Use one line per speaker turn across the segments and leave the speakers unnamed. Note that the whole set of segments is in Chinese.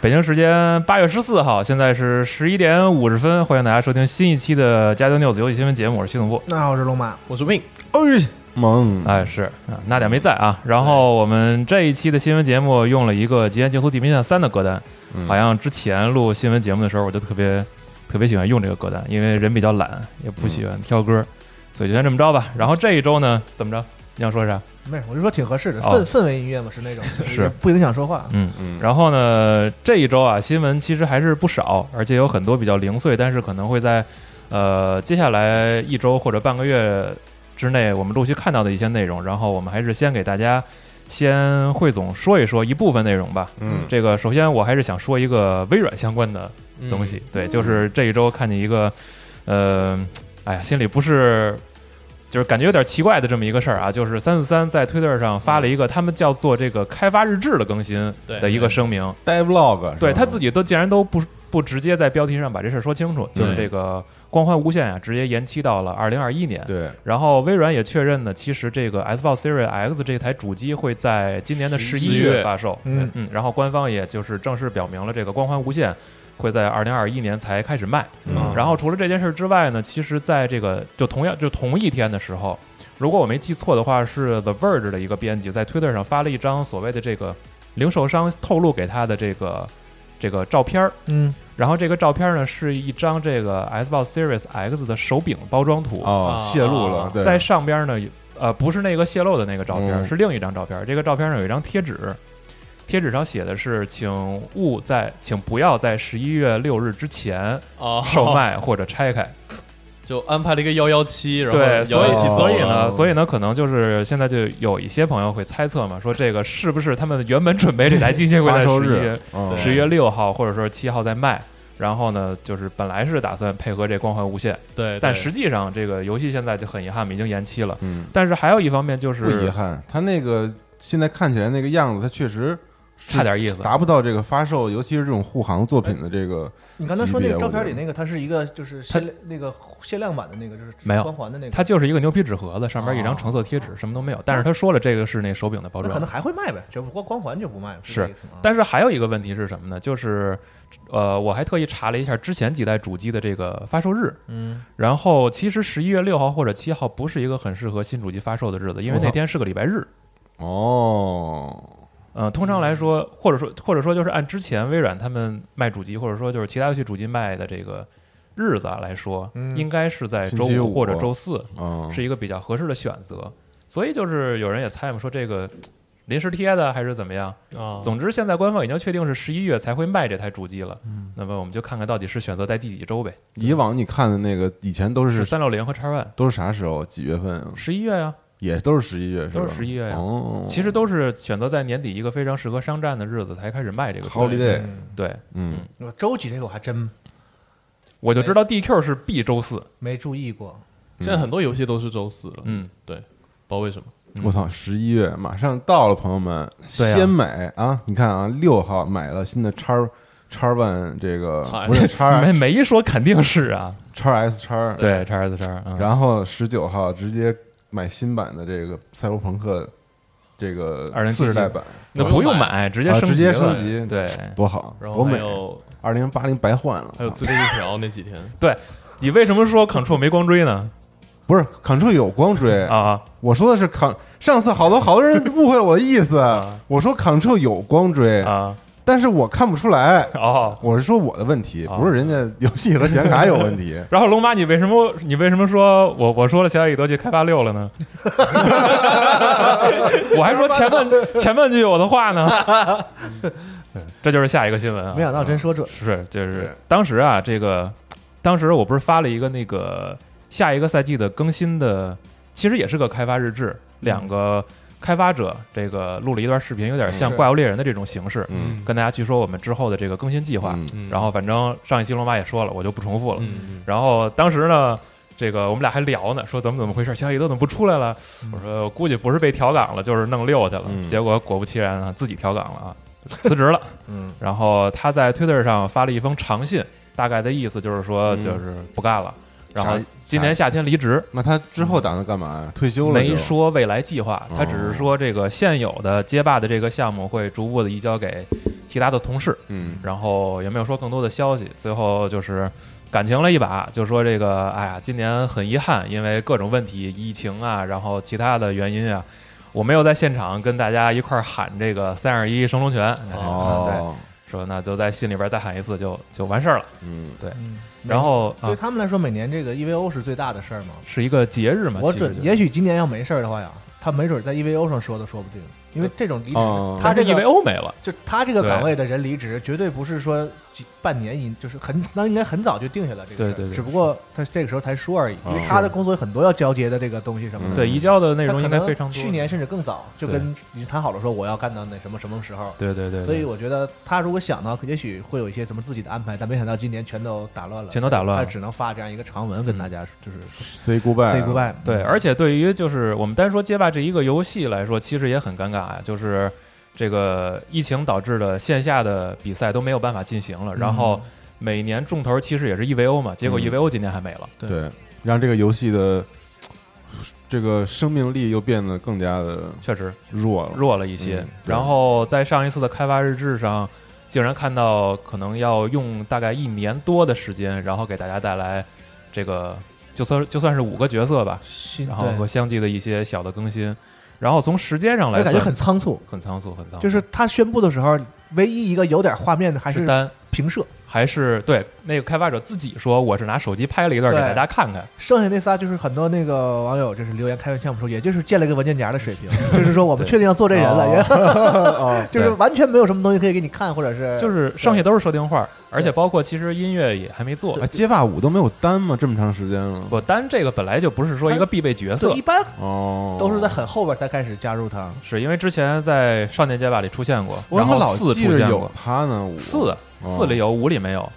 北京时间八月十四号，现在是十一点五十分，欢迎大家收听新一期的《加丢 news》游戏新闻节目，我是系统部。
大家好，我是龙马。
我是 Win，
哎，
萌，
哎，是啊，娜姐没在啊。然后我们这一期的新闻节目用了一个《极限竞速：地平线三》的歌单，
嗯
好像之前录新闻节目的时候，我就特别特别喜欢用这个歌单，因为人比较懒，也不
嗯
喜欢挑歌，所以就先这么着吧。然后这一周呢，怎么着？你想说啥？
没事，我就说挺合适的，
哦
氛氛围音乐嘛，是 那种，
是
不影响说话。
嗯。
嗯，
然后呢，这一周啊，新闻其实还是不少，而且有很多比较零碎，但是可能会在呃接下来一周或者半个月之内，我们陆续看到的一些内容。然后我们还是先给大家先汇总说一说一部分内容吧。
嗯，
这个首先我还是想说一个微软相关的东西，对，就是这一周看见一个，呃，哎呀，心里不是。就是感觉有点奇怪的这么一个事儿啊，就是三四三在推特上发了一个他们叫做这个开发日志的更新
对
的一个声明，
呆 vlog，
对他
己
自己都竟然都不不直接在标题上把这事儿说清楚，就是
对
这个《光环无限》啊，直接延期到了二零二一年。
对
然后微软也确认呢，其实这个 Xbox Series X 这台主机会在今年的十一
11月
发售。
嗯
嗯，然后官方也就是正式表明了这个《光环无限》会在二零二一年才开始卖。
嗯
然后除了这件事之外呢，其实在这个就同样就同一天的时候，如果我没记错的话，是 The Verge 的一个编辑在推特上发了一张所谓的这个零售商透露给他的这个这个照片儿。
嗯，
然后这个照片呢是一张这个 Xbox Series X 的手柄包装图，
哦，泄露了，对，
啊在上边呢，呃，不是那个泄露的那个照片，
嗯
是另一张照片。这个照片上有一张贴纸，贴纸上写的是请勿在，请不要在十一月六日之前
哦，
售卖或者拆开。
就安排了一个幺幺七，然后
对，所以
117
哦
所以呢，
哦
所以呢，可能就是现在就有一些朋友会猜测嘛，说这个是不是他们原本准备这台机器会
发
在
售
十一
日
月，
嗯
十一月六号或者说七号再卖？然后呢，就是本来是打算配合这《光环无限》，
对，
但
对
实际上这个游戏现在就很遗憾，已经延期了。
嗯，
但是还有一方面就
不遗
是
憾，他那个现在看起来那个样子，他确实
差点意思，
达不到这个发售，尤其是这种护航作品的这个，
你刚才说那
级
个
别
照片
我觉
里
得
那个，它是一个就是
它
限量那个限量版的那个，就是
没有
光环的那个，
它就是一个牛皮纸盒子，上面一张橙色贴纸，什么都没有。但是他说了，这个是那手柄的包
那可
装
能。还会卖呗，只不过光环就不卖了，
是
这意思吗，
但是还有一个问题是什么呢？就是，呃，我还特意查了一下之前几代主机的这个发售日，
嗯，
然后其实十一月六号或者七号不是一个很适合新主机发售的日子，因为那天是个礼拜日。
哦，
呃，通常来说，或者说或者说就是按之前微软他们卖主机，或者说就是其他游戏主机卖的这个日子啊来说，
嗯
应该是在
星
周
期
五
五
或者周四。
嗯，
是一个比较合适的选择。所以就是有人也猜嘛，说这个临时贴的还是怎么样？
啊，
总之，现在官方已经确定是十一月才会卖这台主机了。
嗯
那么我们就看看到底是选择在第几周呗？
以往你看的那个，以前都
是
是
三六零和叉 One，
都是啥时候？几月份啊？
十一月呀、
也都是十一月，
都是
吧
十一月呀、
哦，
其实都是选择在年底一个非常适合商战的日子才开始卖这个东西。
holiday，
嗯
对，
嗯，
我周几这个我还真
我就知道 DQ 是 B 周四，
没注意过，
现在很多游戏都是周四了，
嗯，
对，不知道为什么。
我操，十一月马上到了，朋友们，
对啊
先买啊！你看啊，六号买了新的叉叉 One 这个
叉
不是 叉啊
没没说肯定是啊，
叉 S 叉，
对，叉 S 叉，嗯
然后十九号直接买新版的这个《赛博朋克》这个
2077
四十代版，
那不用买，直接
啊
升
直
级
接
了，
升级，
对，
多好，
然后
多
还
美！
有
二零八零白换了，啊
还有
操
自制力条那几天，
你为什么说 Control 没光追呢？
不是 Ctrl 有光追
啊，
我说的是 Ctrl。上次好多好多人误会了我的意思
啊，
我说 Ctrl 有光追，
啊
但是我看不出来。
哦。
我是说我的问题，
啊。
不是人家游戏和显卡有问 题
然后龙妈，你为什么你为什么说我我说了小野德去开发六了呢？ 我还说前半前半句有我的话呢， 这就是下一个新闻啊
没！想到真说准。
是就是
对
当时啊，这个当时我不是发了一个那个下一个赛季的更新的，其实也是个开发日志，两个开发者这个录了一段视频，有点像
是
《怪物猎人》的这种形式，
嗯，
跟大家去说我们之后的这个更新计划。
嗯
嗯
然后反正上一期龙妈也说了，我就不重复了。
嗯，
然后当时呢，这个我们俩还聊呢，说怎么怎么回事，小野都怎么不出来了？我说估计不是被调岗了，就是弄六去了。
嗯
结果果不其然啊，自己调岗了啊，辞职了。
嗯，
然后他在 Twitter 上发了一封长信，大概的意思就是说，
嗯
就是不干了，然后
啥
今年夏天离职。
那他之后打算干嘛呀？退休了就
没说未来计划，
哦
他只是说这个现有的街霸的这个项目会逐步的移交给其他的同事，
嗯
然后也没有说更多的消息。最后就是感情了一把，就说这个，哎呀，今年很遗憾，因为各种问题，疫情啊，然后其他的原因啊，我没有在现场跟大家一块儿喊这个三二一生龙拳。
哦，
对，说那就在心里边再喊一次就就完事儿了。
嗯
然后啊
对，他们来说，每年这个 EVO 是最大的事儿嘛。
是一个节日嘛，
我
其实
准，
就
也许今年要没事儿的话呀，他没准在 EVO 上说的说不定，因为这种离职
哦，
他这
因为
个
欧美了，
就他这个
对
岗位的人离职，绝对不是说几半年一，就是很那应该很早就定下来这个事儿，
对对对
只不过他这个时候才说而已，因为
是
他的工作有很多要交接的这个东西什么的。
嗯
对移交的内
他
容
可
应该
能
非常多。
去年甚至更早就
对
跟已经谈好了，说我要干到那什么什么时候。
对对对，对
所以我觉得他如果想到，也许会有一些什么自己的安排，但没想到今年全都打乱了，
全都打乱了
他只能发这样一个长文跟大家就是
，say goodbye，
say goodbye。嗯
对，而且对于就是我们单说街霸这一个游戏来说，其实也很尴尬呀、就是这个疫情导致的线下的比赛都没有办法进行了，然后
嗯
每年重头其实也是 EVO 嘛，结果
嗯
EVO 今年还没了。
对，让这个游戏的这个生命力又变得更加的
确实
弱
哦
了。
弱了一些
嗯，对
然后在上一次的开发日志上，竟然看到可能要用大概一年多的时间，然后给大家带来这个就算就算是五个角色吧，
新
然后
对
和相继的一些小的更新，然后从时间上来
我感觉
算
很仓促，
很仓促，很仓促，
就是他宣布的时候，唯一一个有点画面的还
是
是
单
平射，
还是对那个开发者自己说，我是拿手机拍了一段给
对
大家看看。
剩下那仨就是很多那个网友就是留言开玩笑说，也就是建了一个文件夹的水 平，就是说我们
对哦
确定要做这人了，也 就
对
是
哦
完全没有什么东西可以给你看，或者是
就是剩下都是设定画，而且包括其实音乐也还没做
啊，。街霸五都没有单吗？这么长时间了。
不单这个本来就不是说一个必备角
对
色
一，般
哦，
都是在很后边才开始加入他。
是因为之前在少年街霸里出现过，
我
然
怎
后
么老
四
记
出
着
现
有
过，
他呢？我
四
哦
四里有，五里没有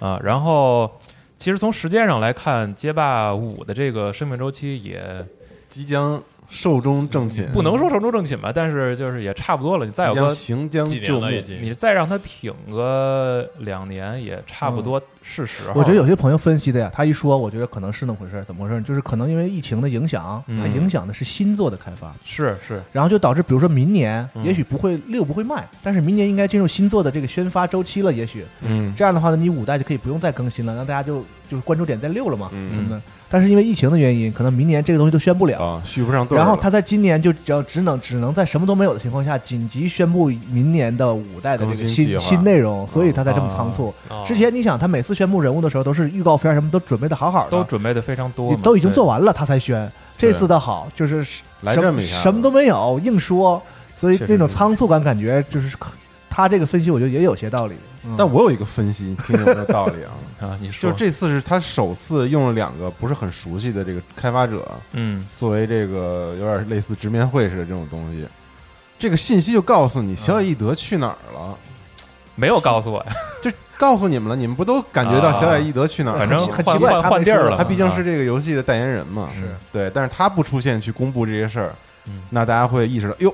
啊。然后其实从时间上来看，街霸五的这个生命周期也
即将寿终正寝，
不能说寿终正寝吧，但是就是也差不多了。你再有
嗯即将
个
行将
几
就
年了已
木。
经，
你再让他挺个两年，也差不多是时候。
我觉得有些朋友分析的呀，他一说，我觉得可能是那么回事儿，怎么回事儿？就是可能因为疫情的影响，
嗯
它影响的是新作的开发，
是是，
然后就导致，比如说明年
嗯
也许不会六不会卖，但是明年应该进入新作的这个宣发周期了，也许
嗯
这样的话呢，你五代就可以不用再更新了，那大家就就是关注点在六了嘛，
嗯
对不对？但是因为疫情的原因，可能明年这个东西都宣不了。
啊，续不上对儿
然
了。
后他在今年就只要只能只能在什么都没有的情况下，紧急宣布明年的五代的这个
更新计
新
划
新内容，所以他才这么仓促。
哦
之前你想，他每次宣布人物的时候，都是预告片什么都准备的好好的，
都准备的非常多
你
嘛，
都已经
对
做完了，他才宣。这次的好就是什
来这
什
么
么
一下子
什么都没有，硬说，所以
确实
那种
是
仓促感感觉就是可他这个分析，我觉得也有些道理。嗯
但我有一个分析，你听有没有道理 啊？
啊，你
就
说
是这次是他首次用了两个不是很熟悉的这个开发者
嗯
作为这个有点类似直面会似的这种东西，这个信息就告诉你小野义德去哪儿了。
没有告诉我呀，
就告诉你们了，你们不都感觉到小野义德去哪儿了
反
吗？
正
很奇很奇
换
怪
换
他
换
没
地儿
说
了嘛，
他毕竟是
啊
这个游戏的代言人嘛，
是
对，但是他不出现去公布这些事儿，
嗯
那大家会意识到，哟，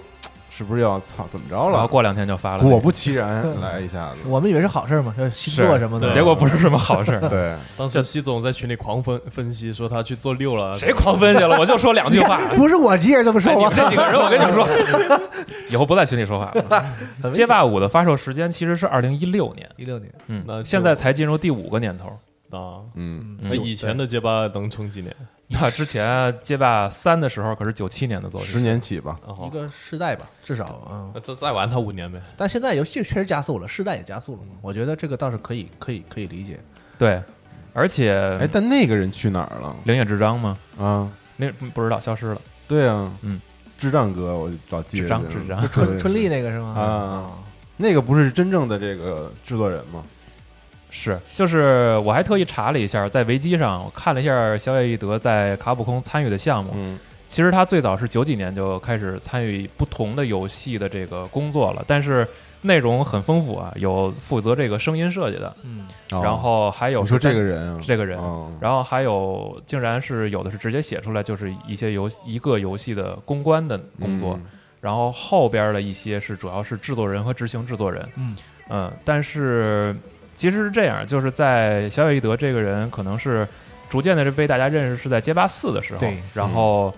是不是要操怎么着
然后
了？
过两天就发了，
果不其然，来一下子，。
我们以为是好事儿嘛，就是星座什么的，
是
结果不是什么好事
对，
当时西总在群里狂分分析，说他去做六了，
谁狂分去了？我就说两句话。
不是我一人这么说
哎你
啊
们，这几个人，我跟你说，以后不在群里说话了。
很危险
街霸五的发售时间其实是二零一六年，
一六年，
那
嗯，
就
现在才进入第五个年头。
啊？
嗯，
那以前的街霸能撑几年？
那之前街霸三的时候可是九七年的作
十
品，
年起吧，
哦
然
一
后
个世代吧，至少嗯，
啊那再再玩他五年呗。
但现在游戏确实加速了，世代也加速了嘛，
嗯
我觉得这个倒是可以，可以，可以理解。
对，而
哎
且，
但那个人去哪儿了
灵野智章吗？
啊？
那不知道消失了，
对啊，
嗯，
智障哥，我老记
智
着
章
这个
智章，
春
对
春丽那个是吗？
啊那个不是真正的这个制作人吗？
是，就是我还特意查了一下，在维基上我看了一下小野义德在卡普空参与的项目。
嗯
其实他最早是九几年就开始参与不同的游戏的这个工作了，但是内容很丰富啊，有负责这个声音设计的，
嗯，
哦
然后还有
你说
是
这个人啊，
这个人
哦
然后还有竟然是有的是直接写出来，就是一些游一个游戏的公关的工作，
嗯
然后后边的一些是主要是制作人和执行制作人，
嗯
嗯但是其实是这样，就是在小野义德这个人可能是逐渐的是被大家认识是在街霸四的时候
对，
然后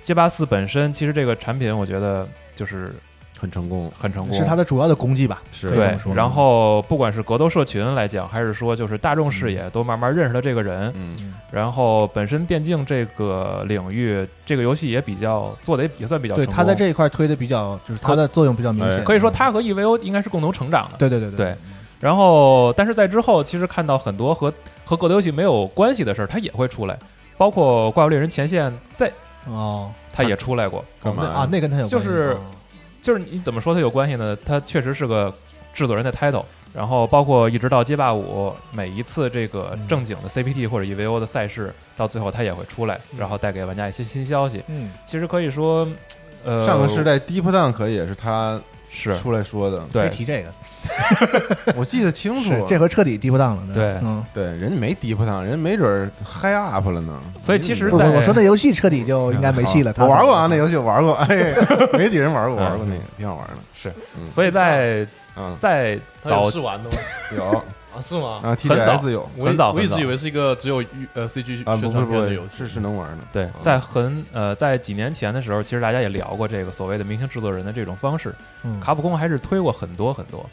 街霸四本身其实这个产品我觉得就是
很成功，
很成功，
是他的主要的功绩吧？
是
可以这
对
么说，
然后不管是格斗社群来讲，还是说就是大众视野都慢慢认识了这个人，
嗯
然后本身电竞这个领域，这个游戏也比较做的也也算比较成
对，
功。哎
他在这一块推的比较，就是他的作用比较明显，
可以说他和 EVO 应该是共同成长的。
对对对
对然后，但是在之后，其实看到很多和和格斗游戏没有关系的事儿，它也会出来，包括《怪物猎人前线》在
哦，
它也出来过。
干嘛
那啊？那跟他有
就
关系
是
哦
就是你怎么说它有关系呢？它确实是个制作人的 title。然后包括一直到街霸五，每一次这个
嗯
正经的 CPT 或者 EVO 的赛事，到最后它也会出来，
嗯
然后带给玩家一些新消息。
嗯，
其实可以说，呃，
上个时代 Deep Dunk 也是他
是
出来说的，
对
别提这个，
我记得清楚啊
是。这回彻底低不当了。
对
嗯，
对，人家没 Deep Dunk，人没准儿 High Up 了呢。
所以其实
不
在
不，我说那游戏彻底就应该没 戏了。他嗯
我玩过啊，那游戏我玩过，哎， 没几人玩过，玩过那个挺好玩的。
嗯是
嗯，
所以在
嗯，
在
他有
早
试玩的吗？
有
啊，是吗？
啊
很早
，TGS 有
我
很早
我
很
一直
早
以为是一个只有预呃 CG 宣
啊，不
传
会
片
不
的游
会，
戏，
是是能玩的。
对，在很呃，在几年前的时候，其实大家也聊过这个所谓的明星制作人的这种方式。
嗯
卡普空还是推过很多很多。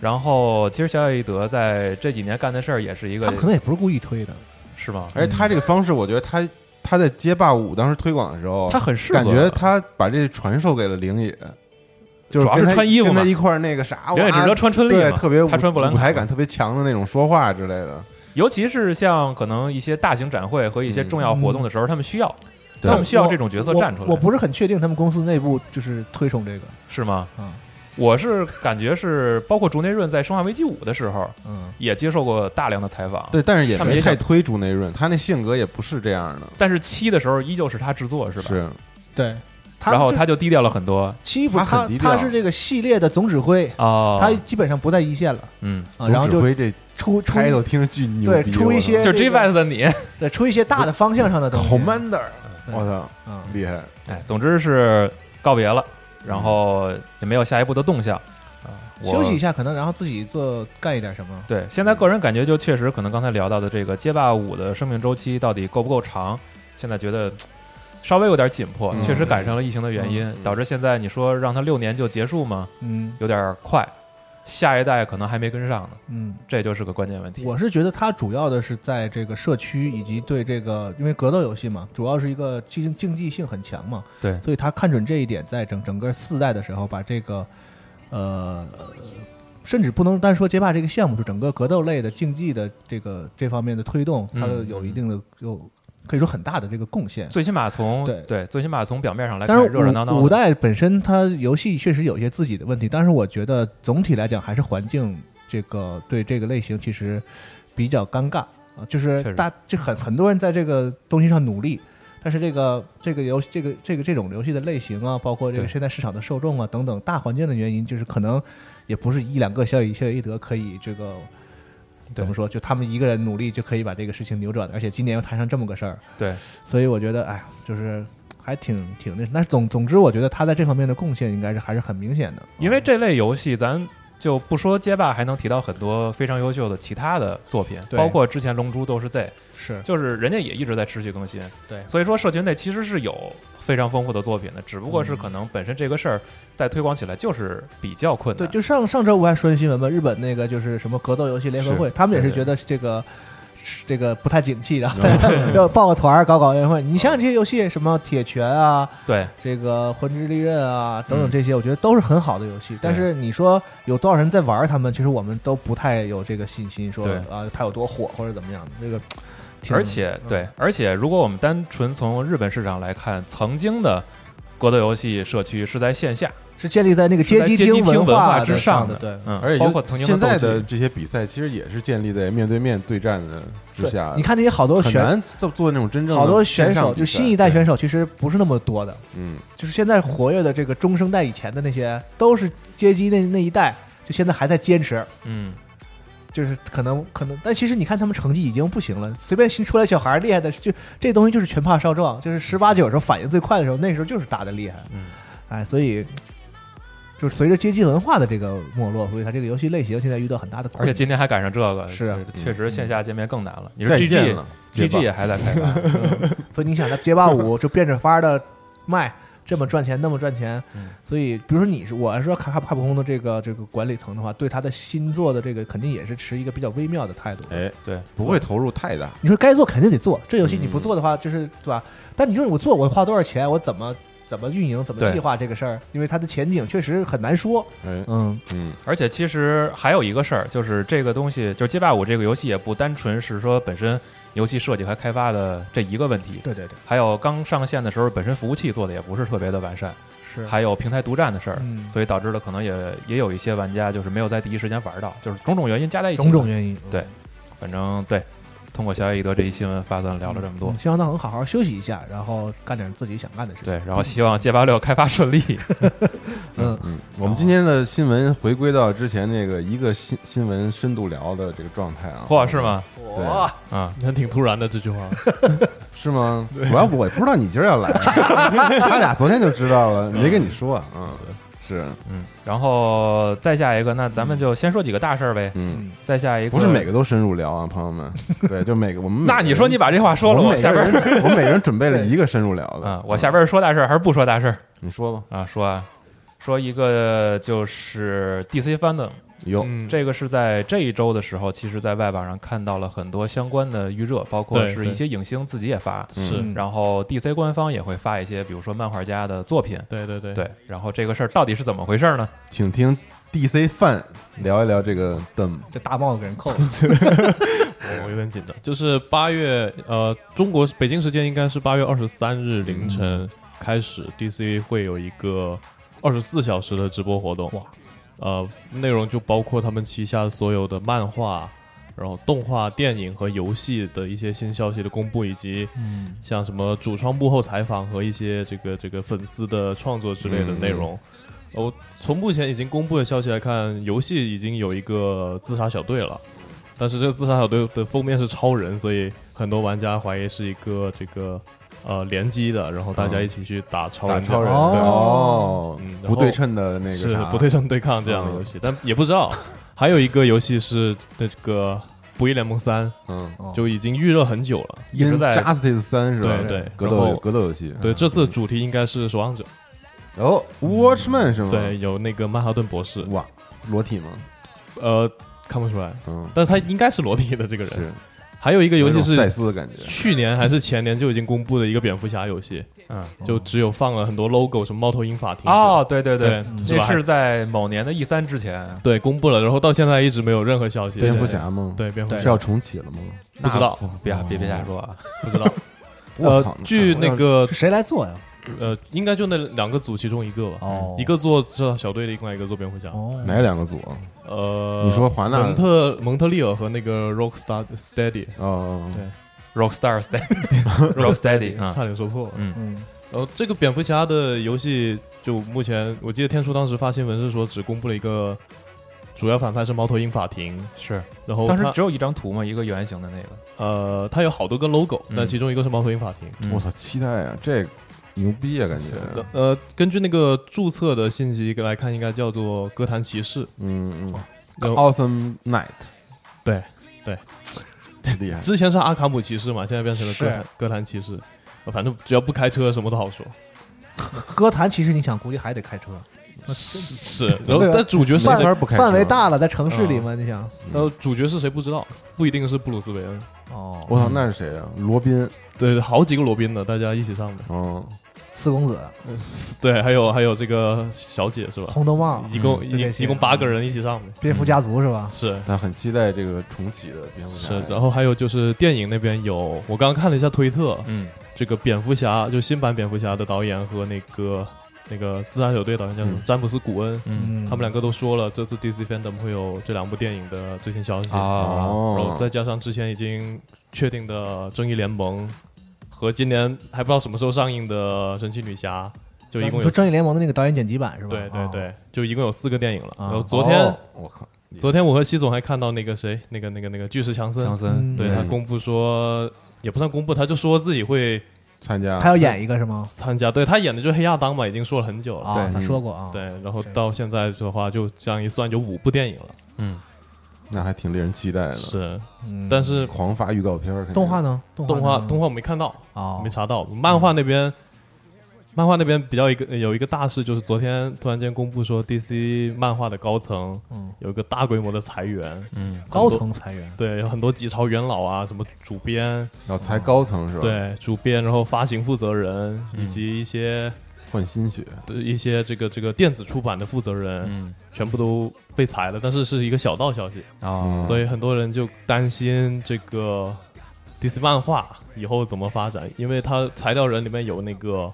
然后，其实小野义德在这几年干的事儿也是一
他
个
们，可能也不是故意推的，
是吗？
而且他这个方式，我觉得他他在街霸五当时推广的时候，
他很适合，
哦感觉他把这传授给了灵野，就是
主要是
跟他
穿衣服
跟他
嘛
一块儿那个啥，
永远只
哇
知道穿春丽
对，
嘛，
特别舞
他穿布兰
舞
卡
台感特别强的那种说话之类的。
尤其是像可能一些大型展会和一
嗯
些重要活动的时候，他们需要，
对
他们需要这种角色
我
站出来，
我不是很确定他们公司内部就是推崇这个，
是吗？
嗯
我是感觉是，包括竹内润在《生化危机五》的时候
嗯，
也接受过大量的采访，
对，但是也
他们也
没太
想
推竹内润，他那性格也不是这样的，
但是七的时候依旧是他制作，是吧？
是
啊对。
然后
就
他就低调了很多
七不
他
是
很
他
低调
他是这个系列的总指挥，
哦，
他基本上不在一线了
嗯，
啊，然后
啊总指
就
挥这
出出
开头听着巨牛
对
逼，
出一些
就
这
G
个
Fest 的你，
对出一些大的方向上的东西。
commander，
嗯
对
我操，
啊，
厉害！
哎，总之是告别了，然后也没有下一步的动向。我
休息一下可能，然后自己做干一点什么。
对，现在个人感觉就确实可能刚才聊到的这个街霸五的生命周期到底够不够长，现在觉得嘖稍微有点紧迫，
嗯
确实赶上了疫情的原因，导致现在你说让它六年就结束吗？
嗯
有点快，下一代可能还没跟上呢，
嗯，
这就是个关键问题。
我是觉得他主要的是在这个社区以及对这个，因为格斗游戏嘛，主要是一个竞竞技性很强嘛，
对
所以他看准这一点，在整整个四代的时候，把这个呃，甚至不能单说街霸这个项目，就整个格斗类的竞技的这个这方面的推动，它
嗯
有一定的有可以说很大的这个贡献。
最起码从
对
最起码从表面上来
但
看，
是
热热闹闹
五
的。
代本身它游戏确实有一些自己的问题，但是我觉得总体来讲还是环境这个对这个类型其实比较尴尬啊，就是
确实
大就很很多人在这个东西上努力，但是这个这个游戏这个这个这种游戏的类型啊，包括这个
对
现在市场的受众啊等等大环境的原因，就是可能也不是一两个小野小野一德可以这个
对
怎么说，就他们一个人努力就可以把这个事情扭转的。而且今年又摊上这么个事儿，
对，
所以我觉得哎呀，就是还挺挺那，但是总总之，我觉得他在这方面的贡献应该是还是很明显的。
因为这类游戏，咱就不说街霸，还能提到很多非常优秀的其他的作品，
对
包括之前《龙珠》都是 Z，
是
就是人家也一直在持续更新。
对
所以说社群内其实是有非常丰富的作品的，只不过是可能本身这个事儿在推广起来就是比较困
对，
难。
就上上周我还说新闻嘛，日本那个就是什么格斗游戏联合会，他们也是觉得这个。是这个不太景气，然后 要报个团儿搞搞联欢会。你像这些游戏，什么铁拳啊，
对
这个魂之利刃啊等等这些，我觉得都是很好的游戏。但是你说有多少人在玩儿它们，其实我们都不太有这个信心说
对
啊它有多火或者怎么样的。这个，挺
而且对，而且如果我们单纯从日本市场来看，曾经的格斗游戏社区是在线下，
是建立在那个街机
是在街机
文
文
的
之
上
的，
对。
嗯，
而且
包括曾经
现在
斗
的
剧
这些比赛，其实也是建立在面对面对战的之
对
下的。
你看这些好多
很
哦选
难做做那种真正的
好多选
线上
手，
比
就
赛
新一代选手其实不是那么多的，
嗯，
就是现在活跃的这个中生代以前的那些，都是街机那那一代，就现在还在坚持，
嗯，
就是可能可能，但其实你看他们成绩已经不行了，随便新出来小孩儿厉害的，就这东西就是拳怕少壮， 就是十八九时候反应最快的时候，那时候就是打的厉害，
嗯，
哎，所以就是随着街机文化的这个没落，所以它这个游戏类型现在遇到很大的困
而且
难。
今天还赶上这个，
是啊
这确实线下见面更难了。你说
再
G
见
G
了，
G
街
G
霸
也还在开 发，
所以你想，那街霸五就变着法儿的卖，这么赚钱，那么赚钱
嗯，
所以比如说你是我是说卡卡普空的这个这个管理层的话，对他的新作的这个肯定也是持一个比较微妙的态度。
哎，
对，
不会投入太大。
你说该做肯定得做，这游戏你
嗯
不做的话，就是对吧？但你说我做，我花多少钱，我怎么怎么运营，怎么
对
计划这个事儿？因为它的前景确实很难说。
哎，
嗯，
嗯，
而且其实还有一个事儿，就是这个东西，就是街霸五这个游戏也不单纯是说本身游戏设计和开发的这一个问题，
对对对，
还有刚上线的时候本身服务器做的也不是特别的完善，
是
还有平台独占的事儿，
嗯，
所以导致了可能也也有一些玩家就是没有在第一时间玩到，就是种种原因加在一起，
种种原因。嗯
对反正对，通过小野一德这一新闻发散聊了这么多
嗯，希望他能好好休息一下，然后干点自己想干的事情。
对，然后希望街霸六开发顺 利，
嗯，
嗯，我们今天的新闻回归到之前这个一个新新闻深度聊的这个状态啊，
嚯，是？吗？
对，
啊、
你看挺突然的这句话，
是吗？我要不我也不知道你今儿要来，他俩昨天就知道了，没跟你说啊，嗯，是，
嗯，然后再下一个，那咱们就先说几个大事儿呗，
嗯，
再下一个
不是每个都深入聊啊，朋友 们，对，就每个我们每个
那
人，
你说你把这话说了，
嗯我们
我
每
下
个
边
人
儿
我们每个人准备了一个深入聊 的
啊，我下边儿说大事儿还是不说大事儿
嗯你说吧，
啊？说啊，说一个就是 DC Fandom，
有，
嗯，
这个是在这一周的时候，其实在外网上看到了很多相关的预热，包括
对
是一
对
些影星自己也发，
是，
嗯
然后 DC 官方也会发一些，比如说漫画家的作品。
对对对，
对，然后这个事儿到底是怎么回事呢？
请听 DC 范聊一聊这个 Dem
这大帽子给人扣了。
我我有点紧张。就是八月，呃，中国北京时间应该是八月二十三日凌晨开始、d c 会有一个二十四小时的直播活动。
哇！
呃，内容就包括他们旗下所有的漫画、然后动画、电影和游戏的一些新消息的公布，以及
嗯，
像什么主创幕后采访和一些这个这个粉丝的创作之类
嗯
的内容。我、从目前已经公布的消息来看，游戏已经有一个自杀小队了，但是这个自杀小队的封面是超人，所以很多玩家怀疑是一个这个呃联机的，然后大家一起去打超
嗯
人
打
的、
超人，
哦
对哦
嗯然后
不对称的那个
是
啥嗯
不对称对抗这样的游戏，但也不知道。还有一个游戏是这个《不义联盟三
嗯。
哦》，
就已经预热很久了。
一直在
Justice 三是吧？
对对
格
然
斗
后
格斗嗯游戏。
嗯
对，这次主题应该是《守望者
哦，Watchman 是吗？》，
对，，有那个曼哈顿博士，
哇，裸体吗？
呃，看不出来，
嗯，
但是他应该是裸体的这个人。
是
还有一个游
有
戏
一种赛
是
斯的感觉。
去年还是前年就已经公布的一个蝙蝠侠游戏，
嗯，
哦
就只有放了很多 logo，什么猫头鹰法庭
哦，对对
对
对，，
是
这
吧？
是在某年的 E 三之前，
对公布了，然后到现在一直没有任何消息。
蝙蝠侠吗？，
对哦蝙蝠
是
侠
要重启了吗？
不知 道，
别别别瞎说啊！
不知道。
我操
呃，！据那个
是谁来做呀？
呃，应该就那两个组其中一个吧，
哦，
嗯一个做小小队的，另外一个做蝙蝠侠。
哦，
哪两个组啊？
呃，
你说华纳
蒙特蒙特利尔和那个 Rockstar Steady，
哦，
对
Rockstar Steady，Rocksteady 啊，
差点说错了。
嗯，
嗯，
然后呃这个蝙蝠侠的游戏，就目前我记得天书当时发新闻是说只公布了一个主要反派是猫头鹰法庭，
是，
然后
当时
它
只有一张图嘛，一个圆形的那个，
呃它有好多个 logo，
嗯
但其中一个是猫头鹰法庭。
嗯
我操，期待啊，这牛逼啊，感觉，
呃，根据那个注册的信息来看，应该叫做哥谭骑士。
嗯嗯
然后
，Awesome Night，
对对，
厉害，
之前是阿卡姆骑士嘛，现在变成了哥谭哥谭骑士。呃反正只要不开车，什么都好 说。
歌坛其实你想，估计还得开车，
是，然后
对啊
但主角是
没
范
法不开车
范围大了，在城市里嘛，你想，
呃，主角是谁不知道，不一定是布鲁斯韦恩，
哦，
我操，那是谁啊？罗宾，
对，好几个罗宾的，大家一起上的，
嗯，
四公子、
对，还有还有这个小姐是吧？
红头帽、
一共
嗯
一
这些
一共八个人一起上的，
蝙蝠家族是吧？
是
他很期待这个重启的
嗯
蝙蝠侠，哦
是，然后还有就是电影那边有，我刚刚看了一下推特，
嗯，
这个蝙蝠侠就新版蝙蝠侠的导演和那个那个自杀小队导演叫什么
嗯
詹姆斯古恩，
嗯
嗯，
他们两个都说了，这次 DC Fandom 会有这两部电影的最新消息，
啊，
然后
哦，
再加上之前已经确定的正义联盟和今年还不知道什么时候上映的神奇女侠，就一共
你
有
说正义联盟的那个导演剪辑版是吧？
对对
哦，
对，就一共有四个电影了。
啊
然后昨天、
哦我靠，
昨天我和西总还看到那个谁，那个那个那个巨石强森，
强森，
嗯
对他公布说。也不算公布，他就说自己会
参加
他要哦演一个是吗？
参加。对他演的就是黑亚当嘛，已经说了很久了。
啊，
对
他说过啊，
对，然后到现在的话，就这样一算，有五部电影了。
嗯
那还挺令人期待的。
是，
嗯，
但是
狂发预告片儿，
动画呢？动
动画
画呢
动画我没看到，
哦，
没查到。漫画那边，漫画那边比较一个有一个大事，就是昨天突然间公布说，DC 漫画的高层
嗯
有一个大规模的裁员，
嗯，
高层裁员，
对，有很多几朝元老啊，什么主编，
要才高层是吧？，
对，主编，然后发行负责人，
嗯
以及一些、
换新血，
对一些这个这个电子出版的负责人，
嗯
全部都被裁了，但是是一个小道消息，
嗯
啊，
所以很多人就担心这个 DC 漫画以后怎么发展，因为他裁掉人里面有那个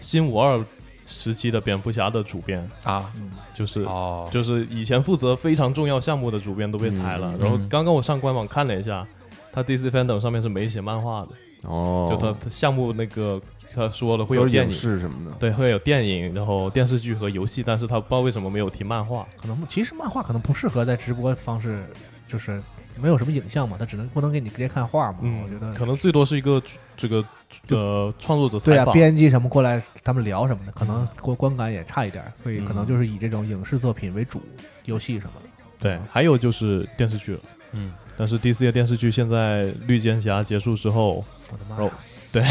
新五二时期的蝙蝠侠的主编，
啊，
就是、
哦，
就是以前负责非常重要项目的主编都被裁
嗯
了。然后刚刚我上官网看了一下，他 DC Fandom 上面是没写漫画的，
哦，
就他他项目那个他说了会
会
有
有
电
影
影。
视什么的，
对，会有电影，然后电视剧和游戏，但是他不知道为什么没有提漫画。
可能其实漫画可能不适合在直播方式，就是没有什么影像嘛，它只能不能给你直接看画嘛。
嗯，
哦我觉得
可能最多是一个这个呃创作者
对
采
啊，
访，
编辑什么过来，他们聊什么的，可能观观感也差一点儿，所以可能
嗯
就是以这种影视作品为主，游戏什么的。
对，还有就是电视剧了。
嗯，
但是 DC 的电视剧现在绿箭侠结束之后，
我的妈
哦
呀！
对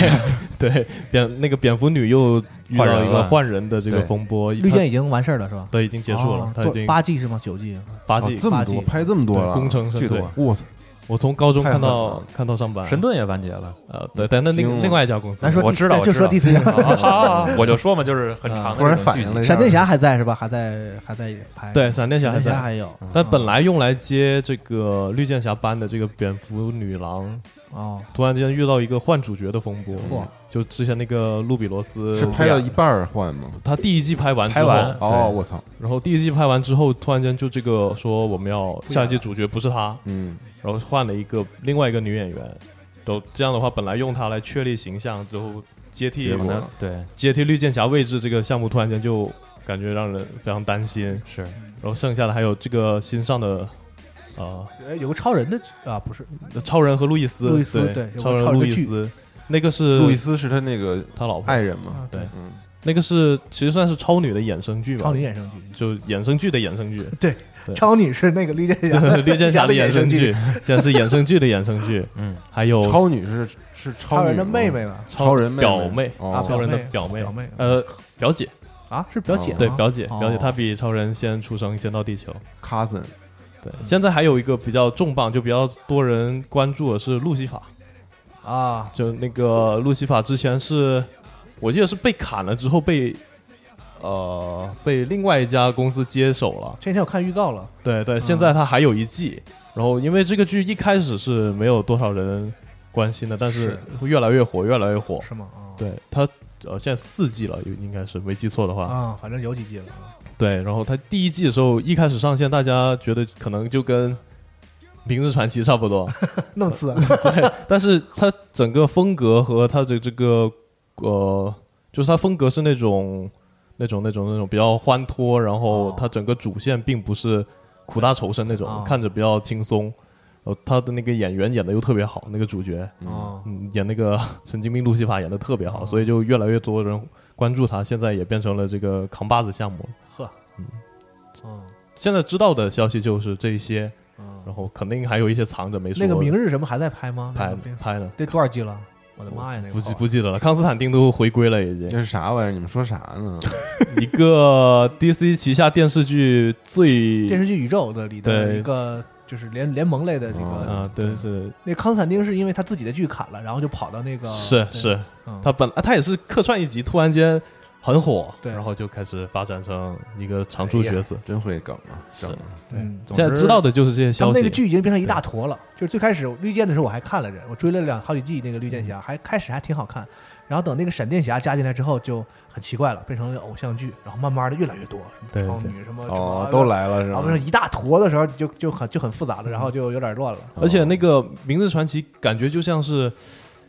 对，蝙那个蝙蝠女又遇
换
到
人
一个
了
换人的这个
对
风波，
绿
她
箭已经完事儿了是吧？
对已经结束了
哦，
他已
多
经
八季是吗？九季？
八
哦
季
这么
八
多
季
拍这么多
对
了，
工程师
巨
对
多，，我操，
我从高中
太
看
狠
到
了
看到上班，
神盾也完结了，
呃对，但那
惊
另
了
另外一家公司，
咱说
我
第
知道，
就说第四季
好，好好好啊我就说嘛，就是很长
啊
的
突然
这种
反
剧集
应了一下，
闪电侠还在是吧？还在还在拍。
对闪电侠
闪
还
电侠
在，
还有
但本来用来接这个绿箭侠班的这个蝙蝠女郎，
哦，
突然间遇到一个换主角的风波，
哇
就之前那个路比罗斯
是拍到一半儿换吗？
他第一季拍完之
拍
后，
完，
哦，我操，
然后第一季拍完之后，突然间就这个说我们要下一季主角不是他，
嗯，
然后换了一个另外一个女演员，都这样的话，本来用她来确立形象，之后接替
结果
对对
接替绿箭侠位置这个项目，突然间就感觉让人非常担心。
是
然后剩下的还有这个新上的。呃，
哎有个超人的啊，不是
超人和路易斯，
路易斯对
对，
有个
超人
超
和
人
路
的
易
剧
斯，那个是
路易斯是他那个
他老婆，
哎
爱人
啊
嘛，
对，
嗯，
那个是其实算是超女的衍生剧吧，
超女衍生剧，
就衍生剧的衍 生剧，
对，
对
超女是那个绿箭侠 的，
绿箭侠的衍生
生
剧，，现在是衍生剧的衍生剧，
嗯，
还有
超女是是超
超人
女
的
吗
妹妹，嘛，
超人妹
表妹
啊
超
哦，
人的
表
表
妹
妹，
表妹
呃，表姐，
啊，是表姐吗
对，表姐，
哦
表姐，她比超人先出生，先到地球。
cousin
对，现在还有一个比较重磅，就比较多人关注的是路西法，
啊，
就那个路西法之前是，我记得是被砍了之后被。呃，被另外一家公司接手了。
前几天我看预告了，
对对，现在它还有一季。然后，因为这个剧一开始是没有多少人关心的，但是会越来越火，越来越火。
是吗？啊，
对它，呃，现在四季了，应该是没记错的话。
啊，反正有几季了啊，
对，然后它第一季的时候一开始上线，大家觉得可能就跟明日传奇》差不多，
弄 死啊，
嗯但是它整个风格和它的这个呃，就是它风格是那种那种那种那种比较欢脱，然后它整个主线并不是苦大仇深那种，
哦
看着比较轻松。呃，他的那个演员演的又特别好，那个主角，
哦，
嗯，演那个 神经病路西法演的特别好，所以就越来越多人关注他，现在也变成了这个扛把子项目了。
呵，嗯，
现在知道的消息就是这一些，
嗯，
然后肯定还有一些藏着没说
那
的。
个明日什么还在拍吗？那
拍
个明
拍呢，
这多少季了？我的妈呀，那个
不记
好
不记得了。康斯坦丁都回归了，已经
这是啥玩意儿？你们说啥呢？
一个 DC 旗下电视剧最
电视剧宇宙的里的
对
一个就是联联盟类的这个，
啊，对是
那康斯坦丁是因为他自己的剧砍了，然后就跑到那个
是
啊对
是
嗯，
他本来他也是客串一集，突然间很火，
对哎
然后就开始发展成一个常驻角色。
真会梗啊！
是
整啊
嗯，
总
现在
之
知道的就是这些
他
消
们
息。
那个剧已经变成一大坨了。就是最开始绿箭的时候我还看了着，我追了两好几季那个绿箭
嗯
侠，还开始还挺好看。然后等那个闪电侠加进来之后就很奇怪了，变成了偶像剧，然后慢慢的越来越多，什
对
么
对
超女什么什
哦
么，
都。来了是
然
吧
后？啊变成一大坨的时候就就很就很复杂了，然后就有点乱了，
而且那个《明日传奇》感觉就像是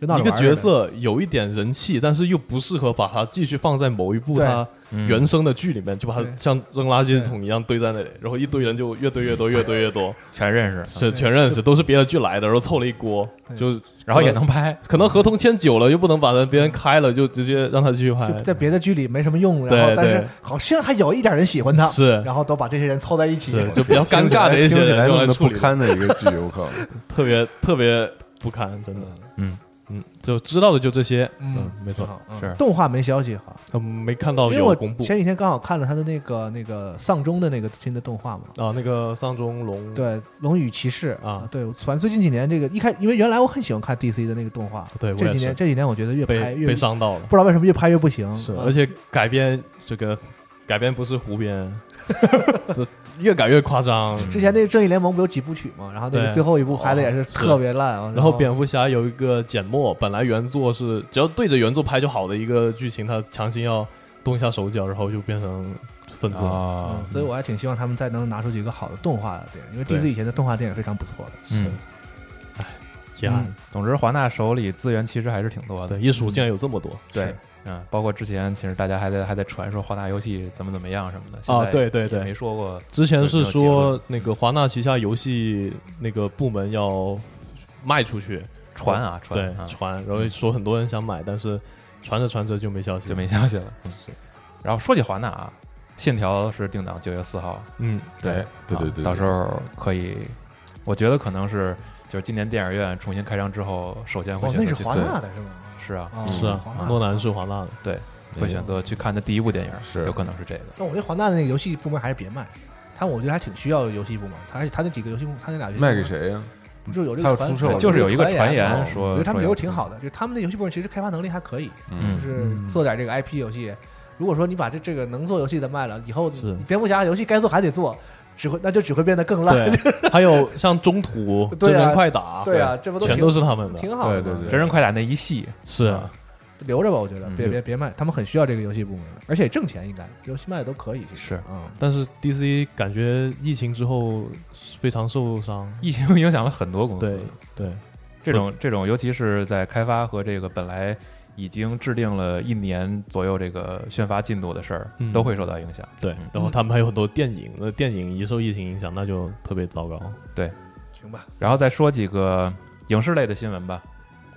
就闹着
一个
玩儿似的
角色有一点人气，但是又不适合把它继续放在某一部
对
它原生的剧里面，就把它
对
像扔垃圾桶一样堆在那里，然后一堆人就越堆越多，越堆越多，
全认识，
是全认识，都是别的剧来的，然后凑了一锅，
对
就
然后也能拍，
可能合同签久了，又不能把人别人开了，就直接让他继续拍
就，在别的剧里没什么用，
哎对
然后但是
对
好像还有一点人喜欢他，
是
然后都把这些人凑在一起，嗯
是就比较尴尬的一
听起来听起
些
来
人用
那
来
么
处
不
理的，
堪的一个剧，我靠！
特别特别不堪，真的，
嗯
嗯，就知道的就这些，
嗯
嗯，没错，
是
动画没消息哈，
嗯没看到
因为我
有公布。
前几天刚好看了他的那个那个丧钟的那个新的动画嘛，
啊，那个丧钟龙，
对《龙与骑士》
嗯啊
对，反正最近几年这个一开，因为原来我很喜欢看 DC 的那个动画，
啊对我
这
也
几年
是
这几年我觉得越拍
被
越
被伤到了，
不知道为什么越拍越不行，
是，
啊
而且改编这个改编不是胡 编，这越改越夸张。
之前那个《正义联盟》不有几部曲嘛，然后那个
对
最后一部拍的也是
哦
特别烂啊，
然
哦
后蝙蝠侠有一个剪墨，本来原作是只要对着原作拍就好的一个剧情，他强行要动一下手脚，然后就变成粪作。
啊
嗯，所以我还挺希望他们再能拿出几个好的动画电影，因为
对
DC 以前的动画电影非常不错的。
嗯，
遗憾，
嗯
总之华纳手里资源其实还是挺多的
啊对，，一数竟然有这么多。
对，嗯，包括之前其实大家还在还在传说华纳游戏怎么怎么样什么的，现
啊
在
对对对
也没说过，
之前是
对没有结
说那个华纳旗下游戏那个部门要卖出去，
传啊传
对
啊，
传，然后说很多人想买，但是传着传着就没消息
就
了。
没消息了。嗯然后说起华纳啊，线条是定档九月四号，
嗯，
对
对
啊
对对对
到时候可以，我觉得可能是就是今年电影院重新开张之后，首先会
哦，
选
那
择
是
去
华纳的是吗？
是啊，
哦
是啊
华纳，
诺兰是华纳的，
对，会选择去看的第一部电影，
是
有可能是这个。
但我觉得华纳的那个游戏部门还是别卖，他我觉得还挺需要游戏部门，他而且他那几个游戏部门，他那俩游戏部
卖
门
给？谁呀？
不是有这
他
个
要
传
出售了
就是有一个
传
传
言
言
嘛，我
说，
觉得他们
说有
游戏挺好的，就是他们的游戏部门其实开发能力还可以，就
嗯
是做点这个 IP 游戏。如果说你把这这个能做游戏的卖了，以后
是
你蝙蝠侠游戏该做还得做，只会那就只会变得更烂。
对，还有像中 途
对
真
啊
人快 打，
对啊，这不都
全
挺
都是他们的，
挺好的
对
吗？
对对，
真人快打那一系，
是啊，
留着吧，我觉得，别
嗯
别别卖，他们很需要这个游戏部门，而且也挣钱应该，游戏卖的都可以。其实
是
嗯，
但是 DC 感觉疫情之后非常受伤，
疫情 影响了很多公司
对。对，
这种这种，尤其是在开发和这个本来已经制定了一年左右这个宣发进度的事儿，
嗯
都会受到影响。
对
嗯，
然后他们还有很多电影，那电影一受疫情影响，那就特别糟糕。
行吧，
然后再说几个影视类的新闻吧。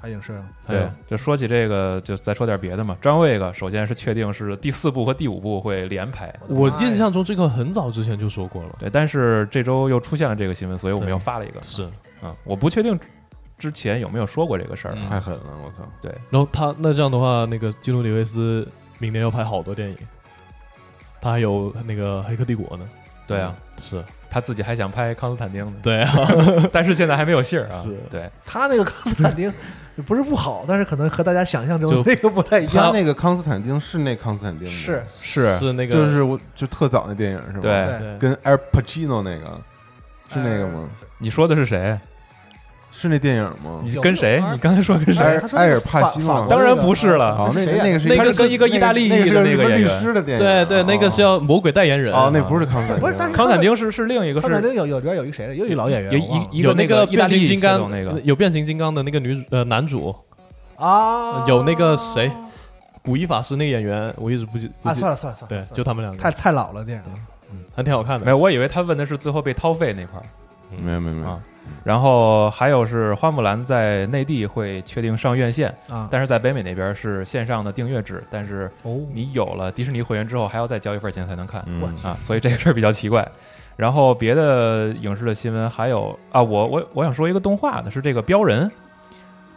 还影视啊，
还有
对，就说起这个，就再说点别的嘛。张卫个首先是确定是第四部和第五部会连拍，
的
我
妈呀
印象中这个很早之前就说过了，
对，但是这周又出现了这个新闻，所以我们
对
又发了一个。
是。
啊，我不确定之前有没有说过这个事儿啊。
太狠了，我操！
然后他那这样的话，那个基努里维斯明年要拍好多电影，他还有那个《黑客帝国》呢。
对啊，
是
他自己还想拍康斯坦丁呢，
对啊，
但是现在还没有信儿啊
是。
对，
他那个康斯坦丁不是不好，但是可能和大家想象中
就
那个不太一样。
他那个康斯坦丁 是那康斯坦丁吗？
是，
是
是那个
就是我就特早那电影是吧？
对
对
对
跟 Al Pacino 那个是那个吗？
你说的是谁？
呃
是那电影吗？
你跟谁？你刚才说跟谁？
埃尔
他说那
埃
个
尔帕
法
西
法
嘛
国，
当然不是
那
了。
哦，那
谁呀啊
那个是
那个
是
跟一个意大利
那
裔的
是
那个
什么
演
律
员
师的电影，啊
对
哦
对，那个是要魔鬼代言人啊
哦，那不是康斯坦丁，
不是，但是
康斯坦丁是是另一个
康斯坦
是
丁有有里边有一个谁来着？有一老演员，
有
我忘了
一一
有
个
那
个意大
变
利
形金
血
刚
统那个
有变形金刚的那个女主呃男主
啊，
有那个谁古一法师那个演员，我一直不记不
啊，
记
算了算了算了，
对，
算了
就他们两
太
个，
太老了，电影
还挺好看的。
没有，我以为他问的是最后被掏肺那块儿。
没有没有没
啊
有，
然后还有是花木兰在内地会确定上院线，
啊，
但是在北美那边是线上的订阅制，但是
哦，
你有了迪士尼会员之后，还要再交一份钱才能看
嗯
我
啊，所以这个事儿比较奇怪。然后别的影视的新闻还有啊，我我我想说一个动画的是这个《标人》，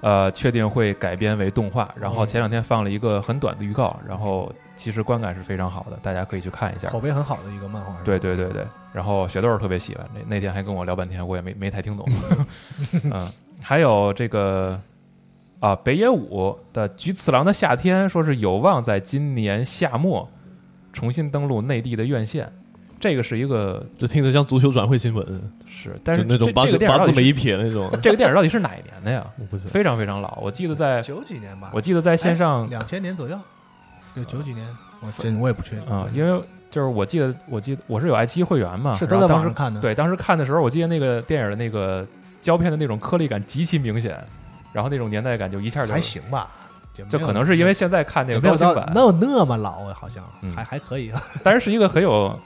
呃，确定会改编为动画。然后前两天放了一个很短的预告，然后其实观感是非常好的，大家可以去看一下
口。碑很好的一个漫画，
对对对对，然后雪豆儿特别喜欢，那那天还跟我聊半天，我也没没太 听懂。嗯，还有这个啊，北野武的《菊次郎的夏天》说是有望在今年夏末重新登陆内地的院线，这个是一个
就听着像足球转会新闻，
是，但是
就那种
这
把
这个电影
把
到
字
底
么
是
一撇那 种，
这个电影到底是哪一年的呀？
我不是
非常非常老，我记得在
九几年吧，
我记得在
哎
线上
两千年左右，
嗯
有九几年，我真我也不确定
啊、因为就是我记得我记得我是有爱奇艺会员嘛，
是
啊然
都
后
在
当
网
时
上看的，
对，当时看的时候，我记得那个电影的那个胶片的那种颗粒感极其明显，然后那种年代感就一下就
还，行吧，也没
就
有
可能是因为现在看那
也
个
没
高
有
清
到
版
能，有那么老，啊好像
嗯
还还可以，啊
但是是一个很有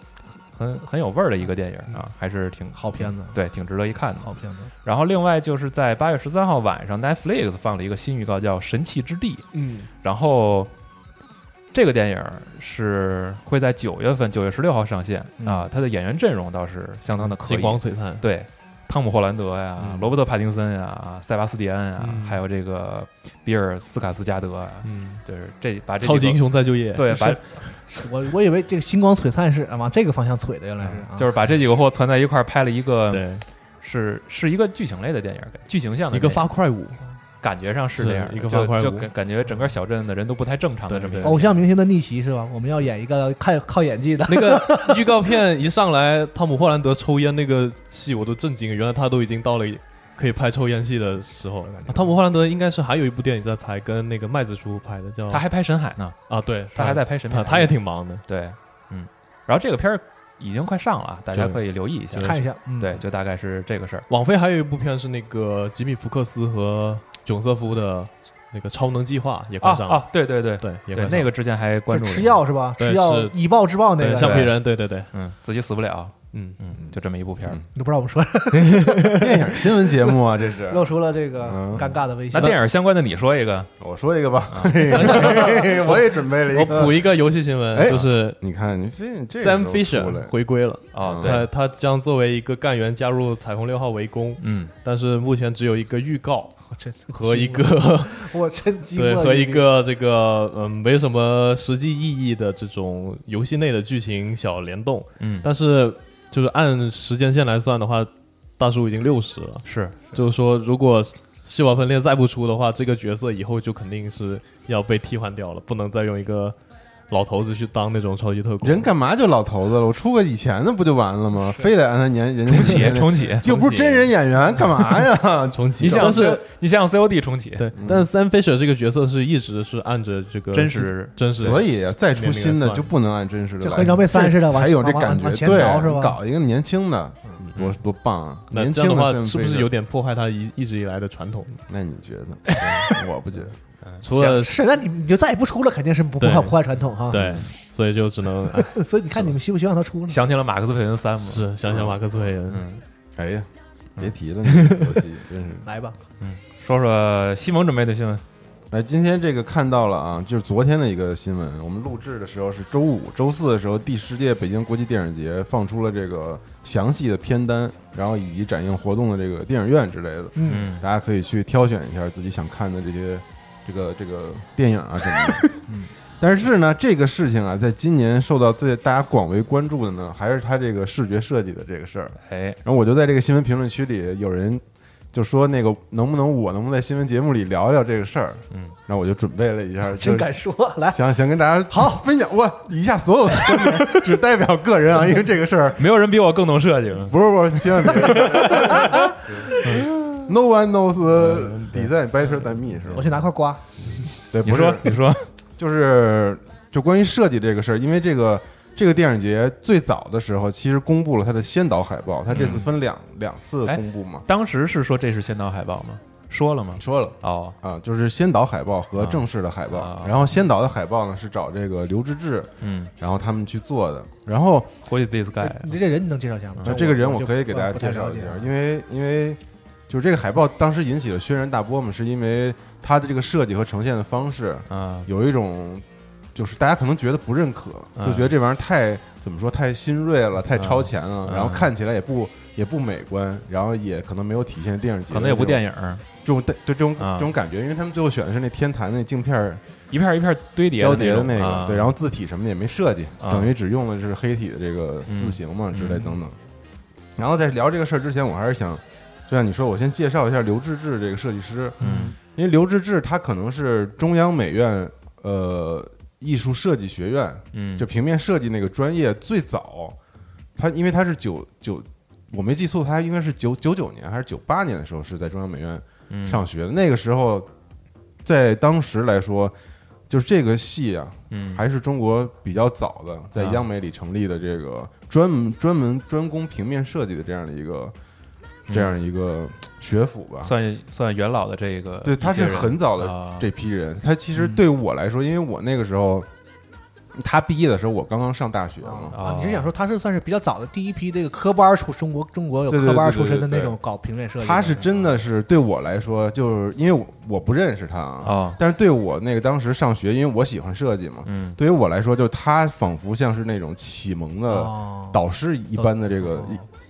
很很有味儿的一个电影啊，还是挺
好片子，
对，挺值得一看的。
好片子，
然后另外就是在八月十三号晚上，Netflix 放了一个新预告，叫《神器之地》。
嗯，
然后这个电影是会在九月份，九月十六号上线
嗯
啊。它的演员阵容倒是相当的可以，
金光璀璨，
对，汤姆·霍兰德呀，
嗯
罗伯特·帕丁森呀，塞巴斯蒂安呀，
嗯
还有这个比尔·斯卡斯加德啊，
嗯，
就是这把这
超级
几
英
个
雄再就业，
对，把
是是我我以为这个星光璀璨是啊往这个方向璀的，原来是啊，
嗯就是把这几个货攒在一块儿拍了一个，
对，
是是一个剧情类的电影，剧情向的
一个
电
发
影
块舞，
感觉上是这样的，
是一个
就
发块
就
舞
感感觉整个小镇的人都不太正常的这
对
么
对
一
对
个。
偶像明星的逆袭是吧？我们要演一个看靠演技的，
那个预告片一上来，汤姆·霍兰德抽烟那个戏，我都震惊了。原来他都已经到了可以拍抽烟戏的时候。啊汤姆·霍兰德应该是还有一部电影在拍，跟那个麦子叔拍的，叫
他还拍《神海》呢，
啊，对，
他还在拍《神
他
海》，
他也挺忙的。
对，嗯。然后这个片儿已经快上了啊，大家
对
可以留意一下。
看一下，嗯，
对，就大概是这个事儿。
网飞还有一部片是那个吉米·福克斯和囧瑟夫的那个《超能计划》，也
啊
快上了。
啊，对对对
对，也快
对，
上
那
了
个之前还关
就
注了
吃药，是吧？
对
吃药
是
以暴制暴那
对
个，
橡皮
对
人，对对对，
嗯，自己死不了，
嗯，
嗯，就这么一部片儿
嗯。
你都不知道我 们说
电影新闻节目啊，这是。
露出了这个
嗯
尴尬的微笑
那。电影相关的，你说一个
我说一个吧，嘿嘿嘿 我也准备了一
啊我
个。
补一个游戏新
哎
闻，就是
你看，你非你这个
Sam
时候出来
Fisher 回归了。
嗯
哦，
他
对，
他将作为一个干员加入彩虹六号围攻，
嗯，
但是目前只有一个预告
我真
和一个，
我真寂
对
寞，
和一个这个嗯没什么实际意义的这种游戏内的剧情小联动，
嗯
但是就是按时间线来算的话，大叔已经六十了，
是
就是说如果细胞分裂再不出的话，这个角色以后就肯定是要被替换掉了，不能再用一个老头子去当那种超级特工。
人干嘛就老头子了？我出个以前的不就完了吗？非得按他年人家
重启，
年龄
重启。
又不是真人演员，干嘛呀？
重启，
你想
但是
是，你想想 COD 重启，
对，但是 Sam Fisher 这个角色是一直是按着这个
真实
真实，
所以啊再出新
年龄也
的
算
就不能按真实的
就
来，
和张被三似的往
才有这
往
感觉
往。前
对
倒是吧，
搞一个年轻的，多多棒啊！
嗯那
年
这
轻
样的话
Sam
是不是有
Fisher？
点破坏他一一直以来的传统？
那你觉 得？我不觉得。
除了
是那你你就再也不出了，肯定是不不
对
坏不坏传统哈。
对，所以就只能哎
所以你看你们希不希望他出呢？
想起了马克思佩恩三嘛，
是想想马克思韦恩。
嗯，
哎呀，别提了，那个游戏 真是。
来吧，
说说西蒙准备的新闻，
哎，今天这个看到了啊，就是昨天的一个新闻。我们录制的时候是周五、周四的时候，第十届北京国际电影节放出了这个详细的片单，然后以及展映活动的这个电影院之类的，
嗯，
嗯，
大家可以去挑选一下自己想看的这些这个这个电影啊什 么的。但是呢，这个事情啊，在今年受到最大家广为关注的呢，还是它这个视觉设计的这个事儿。
哎，
然后我就在这个新闻评论区里，有人就说那个能不能我能不能在新闻节目里聊聊这个事儿？
嗯，
然后我就准备了一下，就
真
是
敢说，来
想想跟大家好分享我以下所有的观点，只代表个人啊，因为这个事儿
没有人比我更懂设计了，
不是不是，千万别。 No one knows design better than me，是吧？
我去拿块瓜，
对，
你
不
说
是，
你说，
就是就关于设计这个事儿，因为这个这个电影节最早的时候，其实公布了它的先导海报，它这次分两、两次
哎
公布嘛，
当时是说这是先导海报吗？说了吗？
说了。
哦，
啊，就是先导海报和正式的海报，
啊
然后先导的海报呢是找这个刘志志，
嗯，
然后他们去做的。然后
估计 this guy
你这人你能介绍一下吗？
呃哎这个人
啊我
我
就
可以给
不
大家
不太
介绍
了
一下
解，
因为因为就是这个海报当时引起了轩然大波嘛，是因为它的这个设计和呈现的方式
啊，
有一种。就是大家可能觉得不认可，
嗯
就觉得这玩意儿太怎么说太新锐了，太超前了，
嗯
然后看起来也不也不美观，然后也可能没有体现电影节，
可能也不电
影
影儿，
这种对这种
啊
这种感觉，因为他们最后选的是那天坛那镜片儿
一片儿一片儿堆叠
交叠的
的
那个，
种
对，然后字体什么的也没设计，
啊嗯
等于只用的是黑体的这个字形嘛之类等等。然后在聊这个事儿之前，我还是想，就像你说，我先介绍一下刘志志这个设计师，
嗯
因为刘志志他可能是中央美院呃艺术设计学院
嗯，
就平面设计那个专业最早，他因为他是九九，我没记错，他应该是九九九年还是九八年的时候是在中央美院
嗯
上学的。那个时候，在当时来说，就是这个系啊，
嗯
还是中国比较早的在
啊
央美里成立的这个专门专门专攻平面设计的这样的一个这样一个学府吧。
嗯算算元老的这个一些
对，
人，
他是很早
啊嗯
的这批人。他其实对我来说，因为我那个时候他毕业的时候，我刚刚上大学嘛。
啊，你是想说他是算是比较早的第一批这个科班儿出中国中国有
对对
科班儿
对对
出身的
对
那种搞平面设计的？
他是真的是对我来说，就是因为我我不认识他
哦
啊，但是对我那个当时上学，因为我喜欢设计嘛，
嗯
对于我来说，就他仿佛像是那种启蒙
啊
的
哦，
导师一般的这个
哦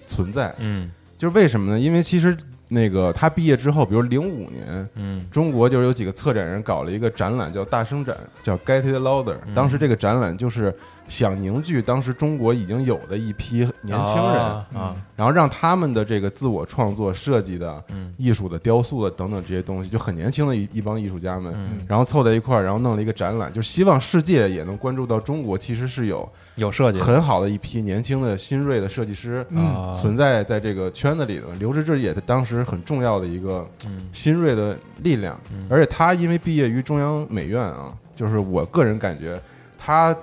存在。
嗯
就是为什么呢？因为其实那个他毕业之后，比如零五年，
嗯
中国就是有几个策展人搞了一个展览，叫大生展，叫 Get It Louder。当时这个展览就是想凝聚当时中国已经有的一批年轻人，
啊啊
然后让他们的这个自我创作、设计的、艺术的、雕塑的等等这些东西，就很年轻的一一帮艺术家们，
嗯
然后凑在一块儿，然后弄了一个展览，就希望世界也能关注到中国，其实是有
有设计
很好的一批年轻的新锐的设计师，
啊
存在在这个圈子里的。刘志志也是当时很重要的一个新锐的力量，而且他因为毕业于中央美院啊，就是我个人感觉他，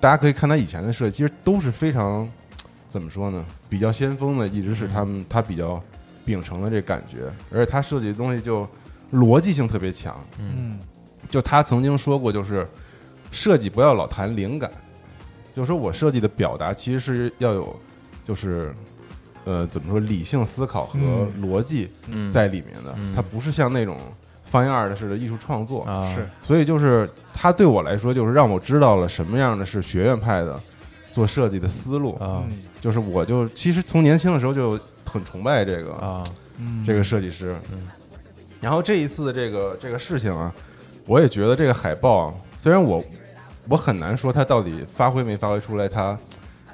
大家可以看他以前的设计，其实都是非常怎么说呢，比较先锋的，一直是他们他比较秉承的这感觉，而且他设计的东西就逻辑性特别强，
嗯，
就他曾经说过，就是设计不要老谈灵感，就是说我设计的表达其实是要有，就是呃怎么说理性思考和
嗯
逻辑
嗯
在里面的，
嗯
它不是像那种翻样的似的艺术创作。
啊
是
所以就是他对我来说，就是让我知道了什么样的是学院派的做设计的思路。
啊
嗯
就是我就其实从年轻的时候就很崇拜这个
啊
嗯
这个设计师。然后这一次的这个这个事情啊，我也觉得这个海报啊，虽然我我很难说他到底发挥没发挥出来他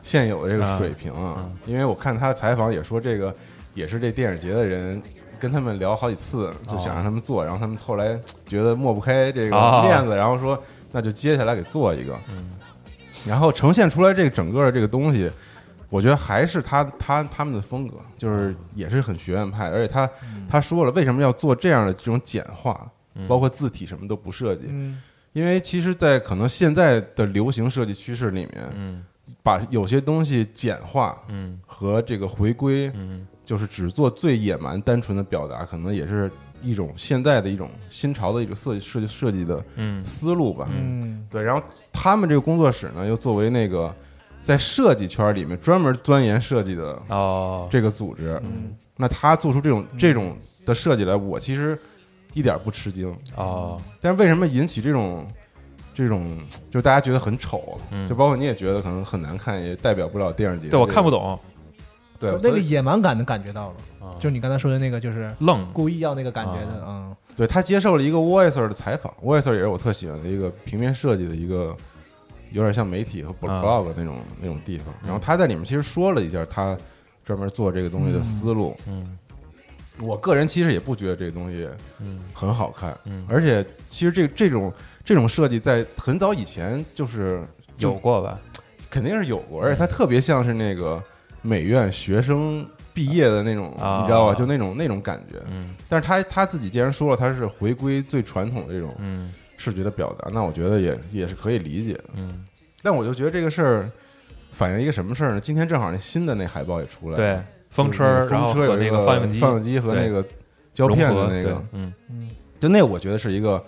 现有的这个水平啊，因为我看他的采访也说这个也是这电影节的人。跟他们聊好几次，就想让他们做，然后他们后来觉得抹不开这
哦
个面子，然后说那就接下来给做一个，然后呈现出来这个整个的这个东西，我觉得还是他他他们的风格，
嗯
就是也是很学院派，而且他他说了为什么要做这样的这种简化，
嗯
包括字体什么都不设计，
嗯
因为其实，在可能现在的流行设计趋势里面，
嗯
把有些东西简化
嗯
和这个回归，
嗯
就是只做最野蛮单纯的表达，可能也是一种现在的一种新潮的一种设计设计设计的
嗯
思路吧，
嗯
对，然后他们这个工作室呢，又作为那个在设计圈里面专门钻研设计的
哦
这个组织，那他做出这种
嗯
这种的设计来，我其实一点不吃惊。
哦
但是为什么引起这种这种，就大家觉得很丑，就包括你也觉得可能很难看，也代表不了电影
嗯
节。
对我看不，懂
对
那个
所以哦
野蛮感能感觉到了，就是你刚才说的那个，就是
愣
故意要那个感觉的，嗯，
对他接受了一个 Voicer 的采访，Voicer 也是我特喜欢的一个平面设计的一个，有点像媒体和
啊
blog 那种、那种地方。然后他在里面其实说了一下他专门做这个东西的思路。
嗯
我个人其实也不觉得这个东西
嗯
很好看，
嗯
而且其实这这种这种设计在很早以前就是
有过吧嗯
肯定是有过，而且它特别像是那个美院学生毕业的那种，
啊
你知道吧？就那种那种感觉。
嗯
但是他他自己既然说了他是回归最传统的这种
嗯
视觉的表达，那我觉得也也是可以理解的。
嗯，
但我就觉得这个事儿反映一个什么事儿呢？今天正好那新的那海报也出来了，
对，风车，
就是
然后
风车
和
有
那
一
个
个
放映机
放映机和那个胶片的
融
那个
合，对嗯，
就那我觉得是一个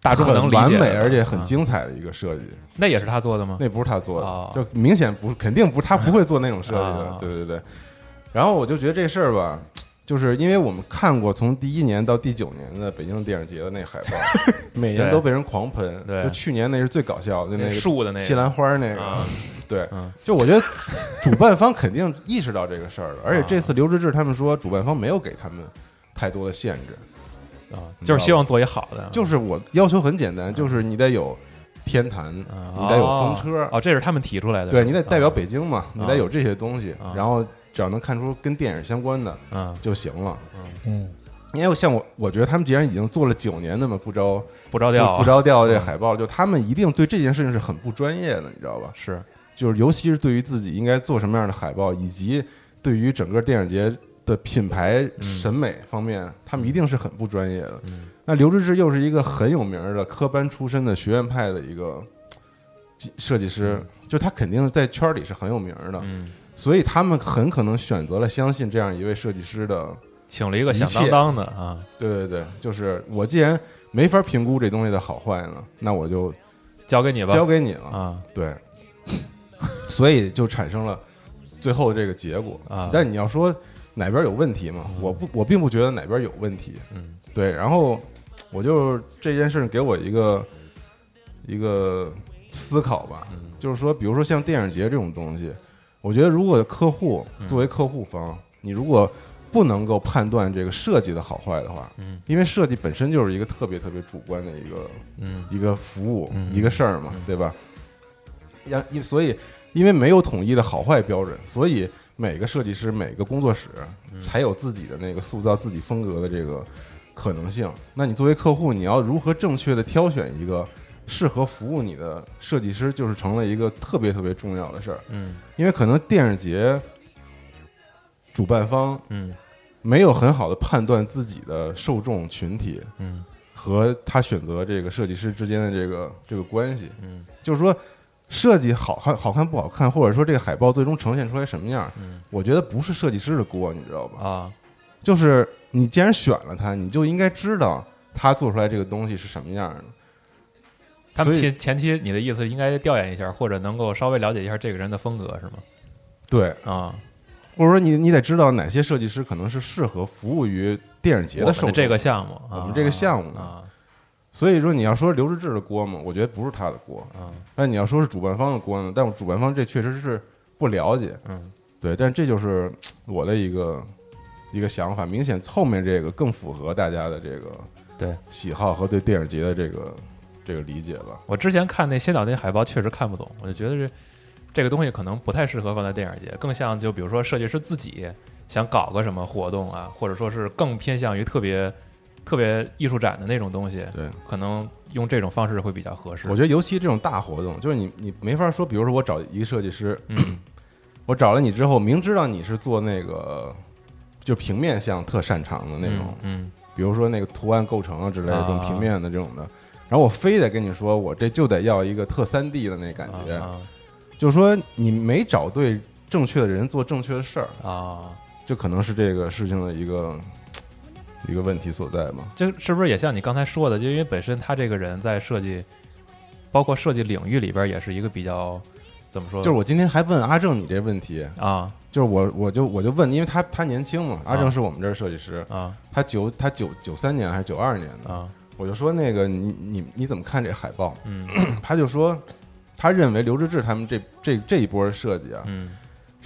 大众能
很
理解
完美
的
而且很
啊
精彩的一个设计。
那也是他做的吗？
那不是他做
哦
的，就明显不是，肯定不是他不会做那种 设计
啊
的，对对对。然后我就觉得这事儿吧，就是因为我们看过从第一年到第九年的北京电影节的那海 报，每年
对
都被人狂喷，
对
就去年那是最搞笑的那
那
个
树的那
西
个
兰花那个
啊，
对
嗯，
就我觉得主办方肯定意识到这个事儿了，而且这
啊
次刘志志他们说主办方没有给他们太多的限制，
啊，就是希望做一好的，
就是我要求很简单，就是你得有天坛，
啊
你得有风车，
哦，这是他们提出来的，
对你得代表
啊
北京嘛，你得有这些东西
啊，
然后只要能看出跟电影相关的
嗯，
就行了。
嗯，
因为像我，我觉得他们既然已经做了九年那么不着
不着调啊，
不着调这海报，就他们一定对这件事情是很不专业的，你知道吧？
是
就是尤其是对于自己应该做什么样的海报，以及对于整个电影节的品牌审美方面，他们一定是很不专业的。那刘志志又是一个很有名儿的科班出身的学院派的一个呃设计师，就他肯定在圈儿里是很有名儿的，
嗯
所以他们很可能选择了相信这样一位设计师的。
请了一个响
一
当
切
当的啊，
对对对，就是我既然没法评估这东西的好坏呢，那我就
交给你吧，
交给你了。
啊，
对， 所以就产生了最后这个结果
啊
但你要说哪边有问题嘛，我不，我并不觉得哪边有问题。
嗯，
对。然后我就这件事给我一个一个思考吧，
嗯
就是说，比如说像电影节这种东西，我觉得如果客户
嗯
作为客户方，你如果不能够判断这个设计的好坏的话，
嗯，
因为设计本身就是一个特别特别主观的一个
嗯
一个服务、
嗯
一个事儿嘛，对吧？然因所以因为没有统一的好坏标准，所以每个设计师、每个工作室才有自己的那个塑造自己风格的这个可能性。那你作为客户，你要如何正确的挑选一个适合服务你的设计师，就是成了一个特别特别重要的事儿。
嗯
因为可能电影节主办方
嗯
没有很好的判断自己的受众群体，
嗯，
和他选择这个设计师之间的这个这个关系，
嗯，
就是说设计好看好看不好看，或者说这个海报最终呈现出来什么样，
嗯，
我觉得不是设计师的锅，你知道吧？
啊，
就是你既然选了他，你就应该知道他做出来这个东西是什么样的。
他们
所以
前前期你的意思是应该调研一下，或者能够稍微了解一下这个人的风格是吗？
对，
啊，
或者说你你得知道哪些设计师可能是适合服务于电影节
我
的
们
受众。
这个项目，啊
我们这个项目
啊
所以说你要说刘志志的锅嘛，我觉得不是他的锅。
啊，
但你要说是主办方的锅呢，但我主办方这确实是不了解，
嗯，
对，但这就是我的一个一个想法，明显后面这个更符合大家的这个
对
喜好和对电影节的这个这个理解吧。
我之前看那先导那海报确实看不懂，我就觉得这这个东西可能不太适合放在电影节，更像就比如说设计师自己想搞个什么活动啊，或者说是更偏向于特别特别艺术展的那种东西，
对，
可能用这种方式会比较合适。
我觉得尤其这种大活动，就是你你没法说，比如说我找一个设计师，
嗯
我找了你之后，明知道你是做那个就平面向特擅长的那种，
嗯
比如说那个图案构成啊之类的
啊
这种平面的这种的，然后我非得跟你说，我这就得要一个特三 D 的那感
嗯
觉，
啊
就是说你没找对正确的人做正确的事儿，
啊啊，
这可能是这个事情的一个一个问题所在嘛。
这是不是也像你刚才说的？就因为本身他这个人在设计，包括设计领域里边也是一个比较怎么说？
就是我今天还问阿正你这问题，
啊
就是我我就我就问，因为他他年轻嘛，阿
啊
正是我们这儿设计师，
啊
他九他九九三年还是九二年的，
啊
我就说那个你你你怎么看这海报？
嗯
他就说他认为刘志志他们这这这一波设计啊，
嗯。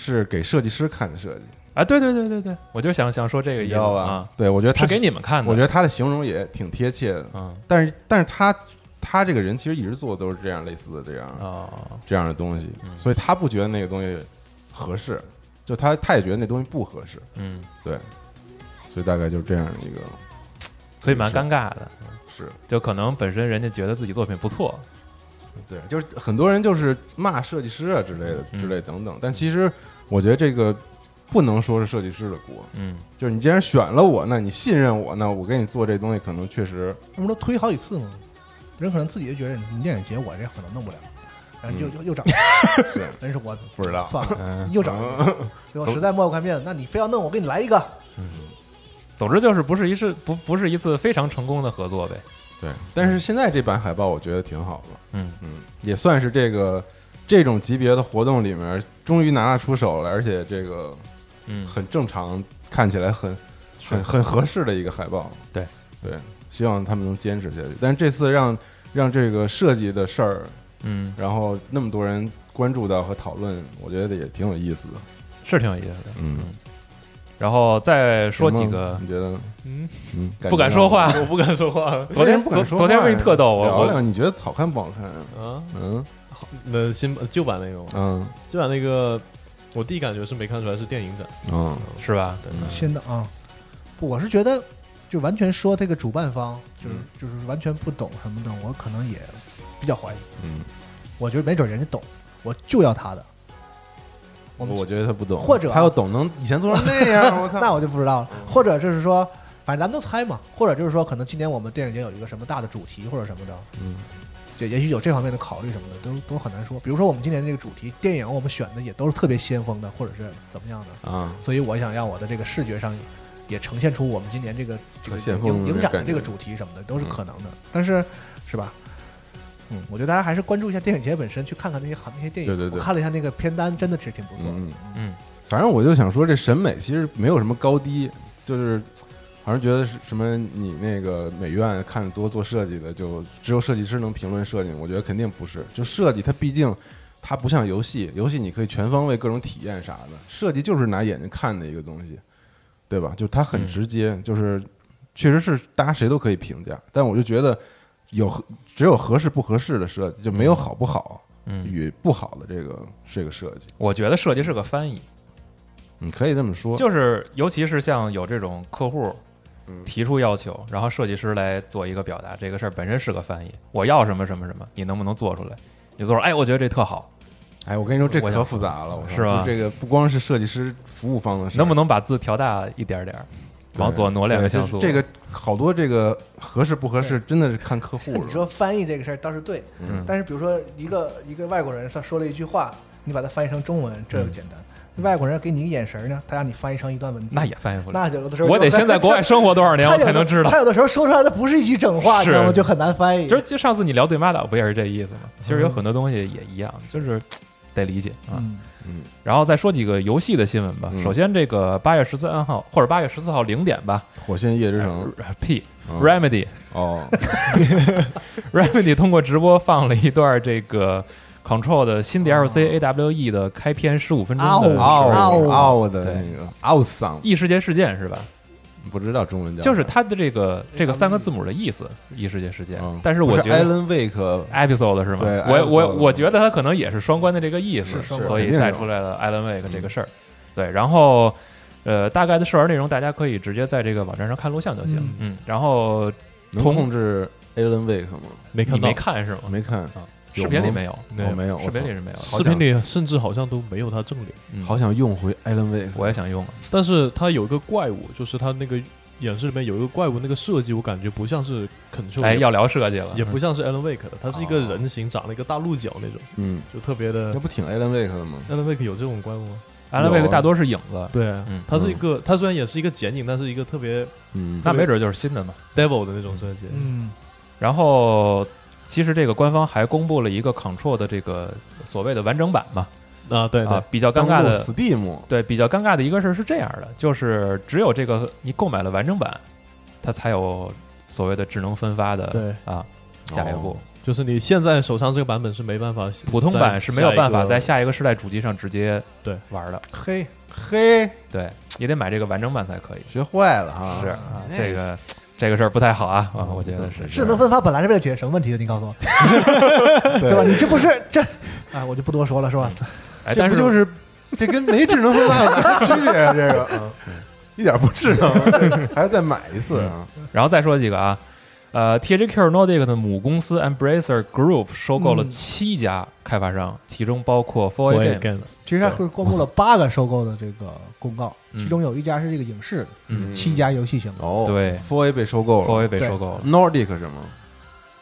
是给设计师看的设计，
啊，对对对对对，我就想想说这个
你
意
知
思
道吧
啊，？
对，我觉得
是
他
给你们看的。
我觉得他的形容也挺贴切的，
嗯
但是但是他他这个人其实一直做的都是这样类似的这样
哦，
这样的东西，所以他不觉得那个东西合适，就他他也觉得那东西不合适，
嗯，
对，所以大概就是这样的一个
所以蛮尴尬的。
是
就可能本身人家觉得自己作品不错，
对，就是很多人就是骂设计师啊之类的
嗯
之类等等，但其实我觉得这个不能说是设计师的锅，
嗯，
就是你既然选了我，那你信任我，那我给你做这东西可能确实
那不都推好几次吗？人可能自己就觉得你电影节我这可能弄不了，然后就
嗯
就又找，
啊
人说我
不知道。
算
嗯
嗯
了，又找， 最后实在抹不开面子，那你非要弄我给你来一个，
总之就是不是一次不不是一次非常成功的合作呗。
对，但是现在这版海报我觉得挺好的，
嗯
嗯，也算是这个这种级别的活动里面终于拿得出手了，而且这个
嗯，
很正常，看起来很很很合适的一个海报。
对
对，希望他们能坚持下去。但是这次让让这个设计的事儿，
嗯，
然后那么多人关注到和讨论，我觉得也挺有意思的。
是挺有意思的。
嗯，
然后再说几
有没有
个，
你觉得呢？
嗯
嗯，
不敢说话。
我不敢说话了
昨天不敢
昨
说话
昨
呀。
天被你特逗我
聊
我
聊你觉得好看不好看？
啊。
嗯
那新版旧版那个吗？
嗯
旧版那个，我第一感觉是没看出来是电影展，
嗯
是吧？
对，
先的啊，不我是觉得就完全说这个主办方就是
嗯
就是完全不懂什么的，我可能也比较怀疑。
嗯，
我觉得没准人家懂，我就要他的。我
嗯
们
我觉得他不懂，
或者啊
他要懂能以前做成那样，我操！ 嗯
那我就不知道了。或者就是说，反正咱们都猜嘛，或者就是说，可能今年我们电影节有一个什么大的主题或者什么的，
嗯，
也也许有这方面的考虑什么的，都都很难说。比如说我们今年这个主题电影，我们选的也都是特别先锋的，或者是怎么样的，
啊，
所以我想让我的这个视觉上也呈现出我们今年这个这个
很先锋
影
的
影
那
展的
感
这个
觉
主题什么的都是可能
嗯
的，但是是吧？嗯，我觉得大家还是关注一下电影节本身，去看看那些好那些电影。
对对对
我看了一下那个片单，真的是挺不错的。
嗯
嗯，
反正我就想说，这审美其实没有什么高低，就是好像觉得是什么你那个美院看得多做设计的，就只有设计师能评论设计，我觉得肯定不是。就设计它毕竟它不像游戏，游戏你可以全方位各种体验啥的，设计就是拿眼睛看的一个东西，对吧？就它很直接，就是确实是大家谁都可以评价，但我就觉得有合只有合适不合适的设计，就没有好不好。
嗯
与不好的这个这个设计，
我觉得设计是个翻译，
你可以这么说，
就是尤其是像有这种客户
嗯
提出要求，然后设计师来做一个表达，这个事儿本身是个翻译。我要什么什么什么，你能不能做出来？你做出来，哎，我觉得这特好，
哎，我跟你说，这
我
可
想
复杂了，我操
是吧
就这个不光是设计师服务方的事儿，
能不能把字调大一点点儿，往左挪两个像素？
对就是这个好多这个合适不合适，真的是看客户
那
嗯
了。
你说翻译这个事儿倒是对，
嗯
但是比如说一个一个外国人他说了一句话，你把它翻译成中文，这就简单。外国人给你一眼神儿呢，他让你翻译成一段文字，
嗯那也翻译不了。
那有的时候
我得先在国外生活多少 年，
他
我
有的
才能知道
他。有的时候说出来的不是一句整话，你
是
知道吗？就很难翻译。
就是就上次你聊对马岛不也是这意思吗？其实有很多东西也一样，就是嘖得理解啊。
嗯，
然后再说几个游戏的新闻吧。
嗯
首先，这个八月十三号或者八月十四号零点吧
火线夜之城
，P
嗯
Remedy
哎
哦，
Remedy 通过直播放了一段这个 Control 的新 DLC AWE E 的开篇十五分钟的
啊哦
视频
啊哦
嗷的那个嗷桑，
异世界事件是吧？
不知道中文叫
就是它的这个这个三个字母的意思，异世界事件
啥，嗯。
但是我觉得哎
Alan Wake
episode 是吗？
对
我我
episode
我觉得它可能也是双关的这个意思，
是双关
所以
肯定有
带出来了 Alan Wake 这个事儿。对，然后呃，大概的试玩内容大家可以直接在这个网站上看录像就行
嗯。
嗯，然后
能
同
控制 Alan Wake 吗？
没看
你
到
没。看是吗？
没看，有
嗯视频里
吗
没有，
我没有，
视频里
我
是没有的。
好
视
像
频里甚至好像都没有他正脸，
嗯
操好想用回 Alan Wake。
我也想用啊。
但是他有一个怪物，就是他那个演示里面有一个怪物，那个设计我感觉不像是 Control，
哎，
也
要聊设计了，
也不像是 Alan Wake 的，他是一个人形，长了一个大鹿角那种，
嗯，
就特别的
那。不挺 Alan Wake 的吗？
Alan Wake 有这种怪物吗？
Alan
有
Wake
啊
大多是影子，
对
嗯，
它是一个，它虽然也是一个剪影，但是一个特别
嗯，
那没准就是新的嘛。
devil 的那种设计。
嗯，
然后其实这个官方还公布了一个 Control 的这个所谓的完整版嘛，
啊，对
啊
对，，
比较尴尬
登
的
录 Steam
对，比较尴尬的一个事儿是这样的，就是只有这个你购买了完整版，它才有所谓的智能分发的
对，
啊下一步。
哦
就是你现在手上这个版本是没办法，
普通版是没有办法在
再
下一个世代主机上直接
对
玩的，
嘿，
嘿，
对，也得买这个完整版才可以。
学坏了哈，
是啊，
那
这个这个事儿不太好啊，啊，我觉得是。
智能分发本来是为了解决什么问题的？你告诉我，对吧？你这不是这，哎，我就不多说了，是吧？
哎，
这
但
不
是
就是 这跟没智能分发有啥区别啊？这个一点不智能，还要再买一次啊！
然后再说几个啊，呃，THQ Nordic 的母公司 Embracer Group 收购了七家开发商，其中包括 f o r
Boy
A Games。
其实它是公布了八个收购的这个公告，
嗯
其中有一家是这个影视的，
嗯
七家游戏型的。
哦，
对
f o r A 被收购
f o
了
r A 被收购了。
，Nordic 什么？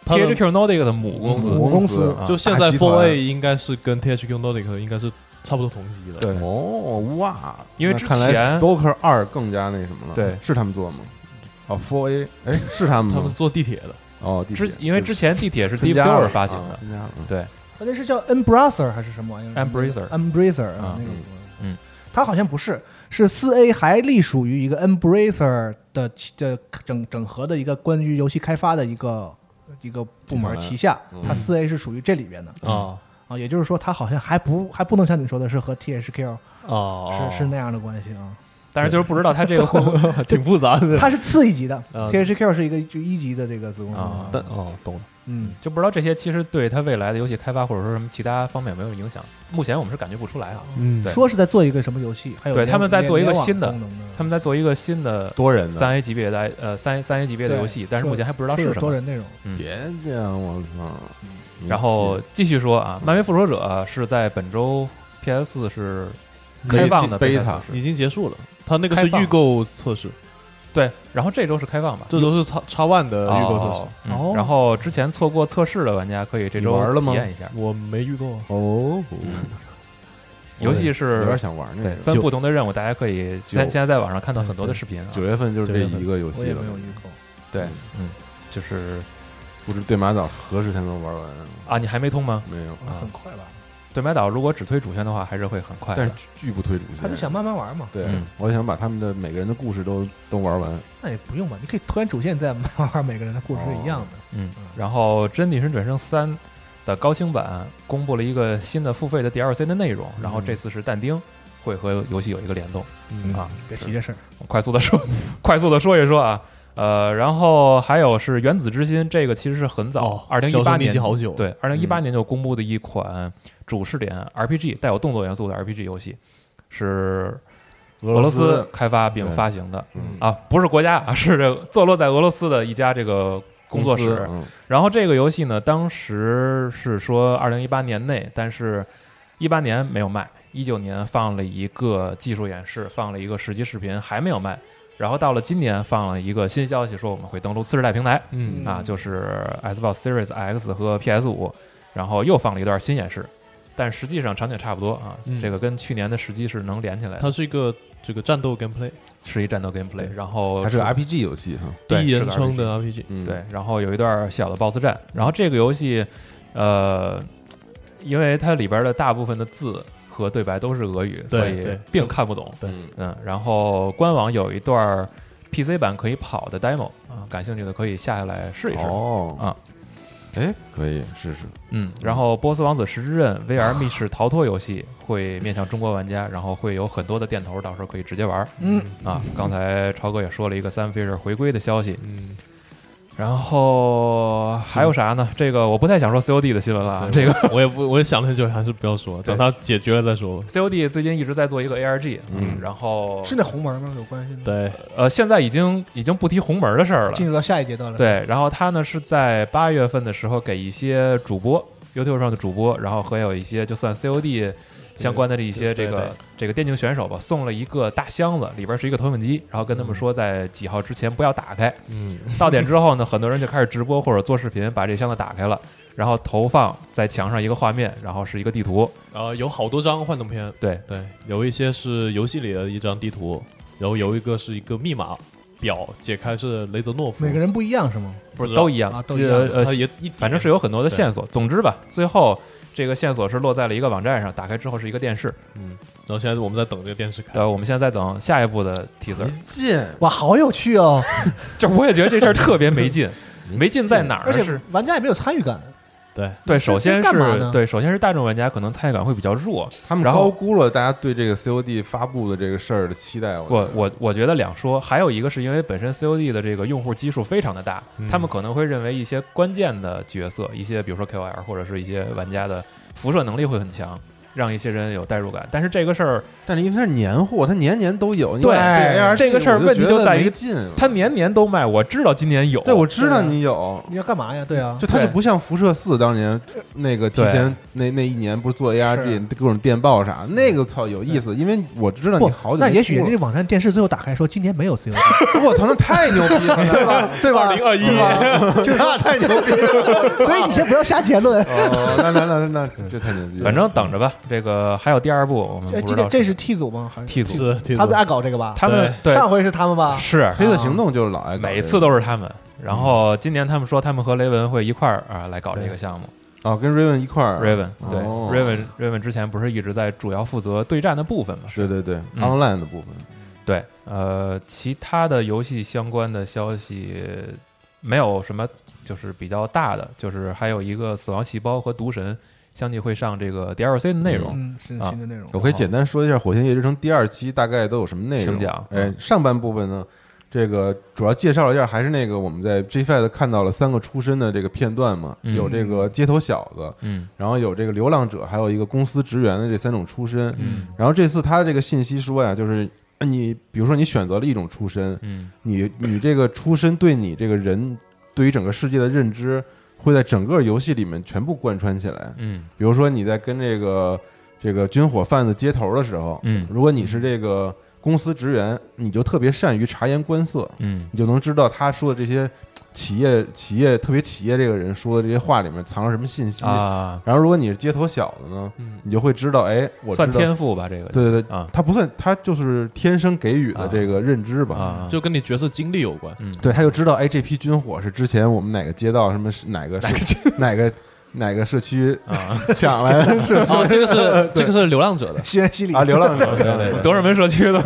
他的
THQ Nordic 的母公司，
母公司
啊
就现在
大集
Four
团
A 应该是跟 THQ Nordic 应该是差不多同级的。
对哦哇，
因为
那
之
看来
前
Stoker 二更加那什么了，
对
是他们做吗？哦 Four A，哎，是他们
他
吗
们？是做地铁的，
哦，地铁
之因为之前地铁是
分
Deep
家
Silver
了
发行
啊
的，
分家了嗯
对，
它这是叫 Embracer 还是什么玩意儿
Embracer
Embracer
啊
啊，那个
嗯，
嗯，
它好像不是，是四 A 还隶属于一个 Embracer 的其这整整合的一个关于游戏开发的一个一个部门旗下
嗯，
它四 A 是属于这里边的
啊
啊，也就是说它好像还不还不能像你说的是和 THQ
啊，
是是那样的关系 啊，
但是就是不知道它这个会不 会
挺复 杂的。
它是次一级的
啊
，THQ 是一个就一级的这个子公司
啊
但哦，懂了。
嗯，
就不知道这些其实对它未来的游戏开发或者说什么其他方面有没有影响。目前我们是感觉不出来啊，
嗯
对
说是在做一个什么游戏，还有
对
联
他们在做一个
联网
新的
功能的，
他们在做一个新的
多人的，
三 A 级别的呃三三 A 级别的
对
游戏，但是目前还不知道
是
什
多
么。
人内容，
别这样，我操！
然后继续说啊，漫威复仇者是在本周 PS 是
可以
开放的
进
beta
beta
是
已经结束了。他那个是
开放
预购测试，
对，然后这周是开放吧？
这都是叉叉 One 的预购测
哦，嗯然后之前错过测试的玩家可以这周
你玩了吗
体验一下。
试。我没预购啊，
哦，
游戏
有
是
点想玩那
对
个。
分不同的任务，大家可以现
九
现在在网上看到很多的视频啊。
九月份就是这
九月份
一个游戏
我也
了
没，有预购。
对，嗯，就是
不知对马岛何时才能玩完？
啊，你还没通吗？
没有，
啊
很快吧？
对马岛如果只推主线的话，还是会很快的。
但是拒不推主线。
他就想慢慢玩嘛，
对
嗯，
我想把他们的每个人的故事都都玩完。
那也不用吧？你可以推完主线再慢慢玩，每个人的故事是一样的。
嗯
嗯，
然后《真女神转生三》的高清版公布了一个新的付费的 DLC 的内容，
嗯
然后这次是但丁会和游戏有一个联动。
嗯
啊，
别提这事儿，
我快速的说， 快速的说一说啊。呃，然后还有是《原子之心》，这个其实是很早，二零一
销
八
声匿
年
迹好久。，
对，二零一八年就公布的一款主视点 RPG 带有动作元素的 RPG 游戏，是俄
俄
罗斯
斯，
开发并
对
发行的
嗯，
啊，不是国家啊，是这个坐落在俄罗斯的一家这个工作室。
公司
然后这个游戏呢，当时是说二零一八年内，但是一八年没有卖，一九年放了一个技术演示，放了一个实际视频，还没有卖。然后到了今年放了一个新消息，说我们会登陆次世代平台，
嗯
啊，就是 Xbox Series X 和 PS 五，然后又放了一段新演示，但实际上场景差不多啊，
嗯
这个跟去年的实际是能连起来的，
它是一个这个战斗 gameplay，
是一战斗 gameplay，然后
嗯还是
是
个 RPG 游戏哈。
第
对
一
是
人
个
称的 RPG。
嗯
对，，然后有一段小的 BOSS 战，然后这个游戏，呃，因为它里边的大部分的字和对白都是俄语，所以
对
并看不懂。
对
嗯
嗯，然后官网有一段 PC 版可以跑的 demo 啊，感兴趣的可以下下来试一试。
哦
啊
哎，可以试试。
嗯，然后《波斯王子十之刃》VR 密室逃脱游戏会面向中国玩家，然后会有很多的电头，到时候可以直接玩儿
嗯，
啊。刚才超哥也说了一个三 f i s 回归的消息，
嗯，
然后还有啥呢？这个我不太想说 COD 的新闻了啊，这
对
个
我也不，我也想了很久，还是不要说，
对
等它解决了再说吧。
COD 最近一直在做一个 ARG，
嗯
然后
是那红门吗？有关系吗？，
对，
呃，现在已经已经不提红门的事儿了
进。入到下一阶 段了。，
对，然后他呢是在八月份的时候给一些主播 YouTube 上的主播，然后还有一些就算 COD 相关的这一些
对
这
对对
个这个电竞选手吧，送了一个大箱子，里边是一个投影机，然后跟他们说在几号之前不要打开。
嗯，
到点之后呢，很多人就开始直播或者做视频，把这箱子打开了，然后投放在墙上一个画面，然后是一个地图，
呃，有好多张幻灯片，
对
对，有一些是游戏里的一张地图，然后有一个是一个密码表，解开是雷泽诺夫，
每个人不一样是吗？
不知道
都一样
啊都一样
呃呃
他也一
反正是有很多的线索。总之吧，最后这个线索是落在了一个网站上，打开之后是一个电视。
然后现在我们在等这个电视开，
呃，我们现在在等下一步的 teaser。
进，
哇，好有趣哦！
就我也觉得这事儿特别没劲，没劲在哪儿
而
呢？
且
是
玩家也没有参与感。
对，
这
首先
这干嘛
是
呢
对，首先是大众玩家可能参与感会比较弱。
他们
然
高
后
估了大家对这个 COD 发布的这个事儿的期待。我
我
觉得
我我觉得两说，还有一个是因为本身 COD 的这个用户基数非常的大，他们可能会认为一些关键的角色，一些比如说 KOL 或者是一些玩家的辐射能力会很强，让一些人有代入感。但是这个事儿，
但是因为它是年货，它年年都有。你
对
买
哎
ARG
这个事儿
我就觉得
问题就在于
没劲。
它年年都卖，我知道今年有，
对，我知
对啊
道你有，
你要干嘛呀？对啊，
就它
对
就不像辐射四当年那个提
对
前那那一年不是做 ARG
是
各种电报啥，那个操有意思，因为我知道你
不
好，久
那
没
也许
出
人
了
家网站电视最后打开说今年没有 COD，
我操，那太牛逼 了，对吧？对
2021
吧？对吧，就是那 太牛逼 了。
所以你先不要下结论。
哦，那那那 那那这太牛逼了。
反正等着吧。这个还有第二部，嗯我们
哎这
不知
今
道
天这是 T 组吗？还
T 组
是挺
他们爱搞这个吧？
他们对
上回是他们吧？
是
黑色行动就是老爱搞这个，
每次都是他们。然后今年他们说他们和雷文会一块儿啊来搞这个项目。
哦，跟 Raven 一块儿
Raven 对
哦
Raven Raven 之前不是一直在主要负责对战的部分嘛？
是对对
嗯
online 的部分，
对，呃，其他的游戏相关的消息没有什么，就是比较大的，就是还有一个死亡细胞和毒神相继会上这个 DLC 的内容。
嗯，是
啊
新的内容。
我可以简单说一下《火星夜之城》第二期大概都有什么内
请
容。
讲嗯
哎，上半部分呢，这个主要介绍了一下，还是那个我们在 G Five 看到了三个出身的这个片段嘛，
嗯
有这个街头小子，
嗯
然后有这个流浪者，还有一个公司职员的这三种出身。
嗯
然后这次他这个信息说呀，就是你比如说你选择了一种出身，
嗯
你你这个出身对你这个人对于整个世界的认知，会在整个游戏里面全部贯穿起来。
嗯
比如说你在跟这个这个军火贩子接头的时候，
嗯
如果你是这个公司职员，你就特别善于察言观色，
嗯
你就能知道他说的这些企业企业特别企业这个人说的这些话里面藏着什么信息。
啊，
然后如果你是街头小子呢，
嗯
你就会知道，哎，我知
算
道，
天赋吧，这个
对对对，
啊
他不算，他就是天生给予的
啊
这个认知吧。
啊，
就跟你角色经历有关。
嗯
对，他就知道，哎，这批军火是之前我们哪个街道什么是哪 个社哪个哪个社区
啊，
抢来的社区
哦，这个是这个是流浪者的，
西安西里
啊，流浪 者，对对对
德尔门社区的，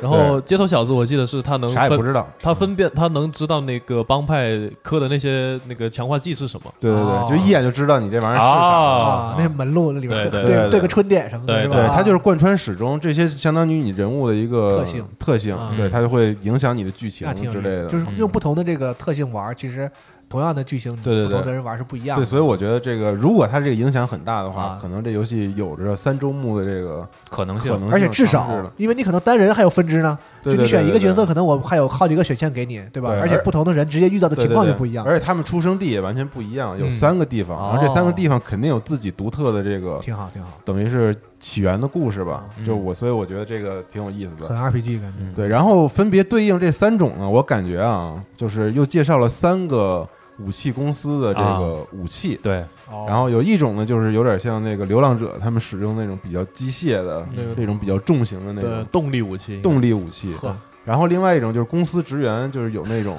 然后街头小子，我记得是他能
啥也不
分，
知道，
他分辨，他能知道那个帮派磕的那些那个强化剂是什么。
对对
哦
对，就一眼就知道你这玩意儿是啥。
哦
啊，那门路那里面
对对
对
对个春点什么的，
对
是吧？
对，它就是贯穿始终，这些相当于你人物的一个
哦特性
特性
啊
对，它就会影响你的剧情
那挺有
之
意
类
思
的
就。是用不同的这个特性玩儿，其实同样的剧情，
对对
不
对
同的人玩儿是不一样
对，
的。
所以我觉得这个，如果它这个影响很大的话
啊，
可能这游戏有着三周目的这个
可能
可
性
能性
而且至
尝试了
少，因为你可能单人还有分支呢，
对
就
对
你选一个角
对对
色，可能我还有好几个选项给你，对吧？
对
而且
而
不同的人直接遇到的
对对
情况就
对
不一样，
而且他们出生地也完全不一样，有
嗯
三个地方，然后这
哦
三个地方肯定有自己独特的这个，
挺好，挺好，
等于是起源的故事吧。
嗯
就我，所以我觉得这个挺有意思的
很。RPG 感觉。
嗯
对，然后分别对应这三种呢，我感觉啊，就是又介绍了三个武器公司的这
啊
个武器，
对
哦
然后有一种呢，就是有点像那个流浪者他们使用那种比较机械的、
那个
这种比较重型的那
嗯对
种
动力武器，
动力武器，
呵
然后另外一种就是公司职员，就是有那种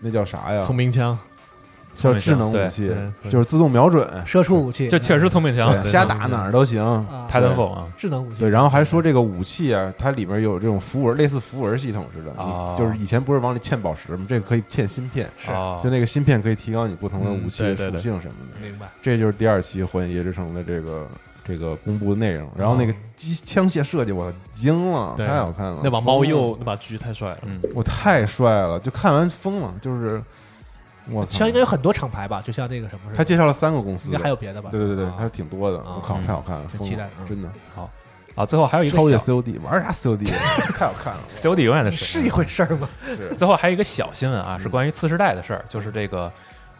那叫啥呀
聪，明
啊
枪，
叫智能武器
对，对
就是自动瞄准，
射出武器，
就确实聪明强，
瞎打哪儿都行。
嗯
啊
泰坦 l 啊，
智能武器
对，，然后还说这个武器啊，它里面有这种符文，类似符文系统似的，
哦
你就是以前不是往里嵌宝石吗？这个可以嵌芯片，
是哦
就那个芯片可以提高你不同的
嗯
武器
对
的
对
属
对
性什么的。
明白？
这就是第二期《火影夜之城》的这个这个公布的内容。然后那个机枪械设计，我惊了，
对
太好看了，
那把猫
疯了，
鼬，那把狙太帅了。
嗯
我太帅了，就看完疯了，就是我操
像应该有很多厂牌吧，就像那个什么似
他
的，
介绍了三个公司
应该，还有别的吧？
对对对对
啊，
还挺多的，我靠，
嗯
太好看了，
挺
疯
期
了
待的嗯
真的
啊，最后还有一个
超越
小
COD，玩啥 COD？太好 看了，
COD 永远的
是一回事儿吗？
最后还有一个小新闻啊，是关于次世代的事儿，就是这个，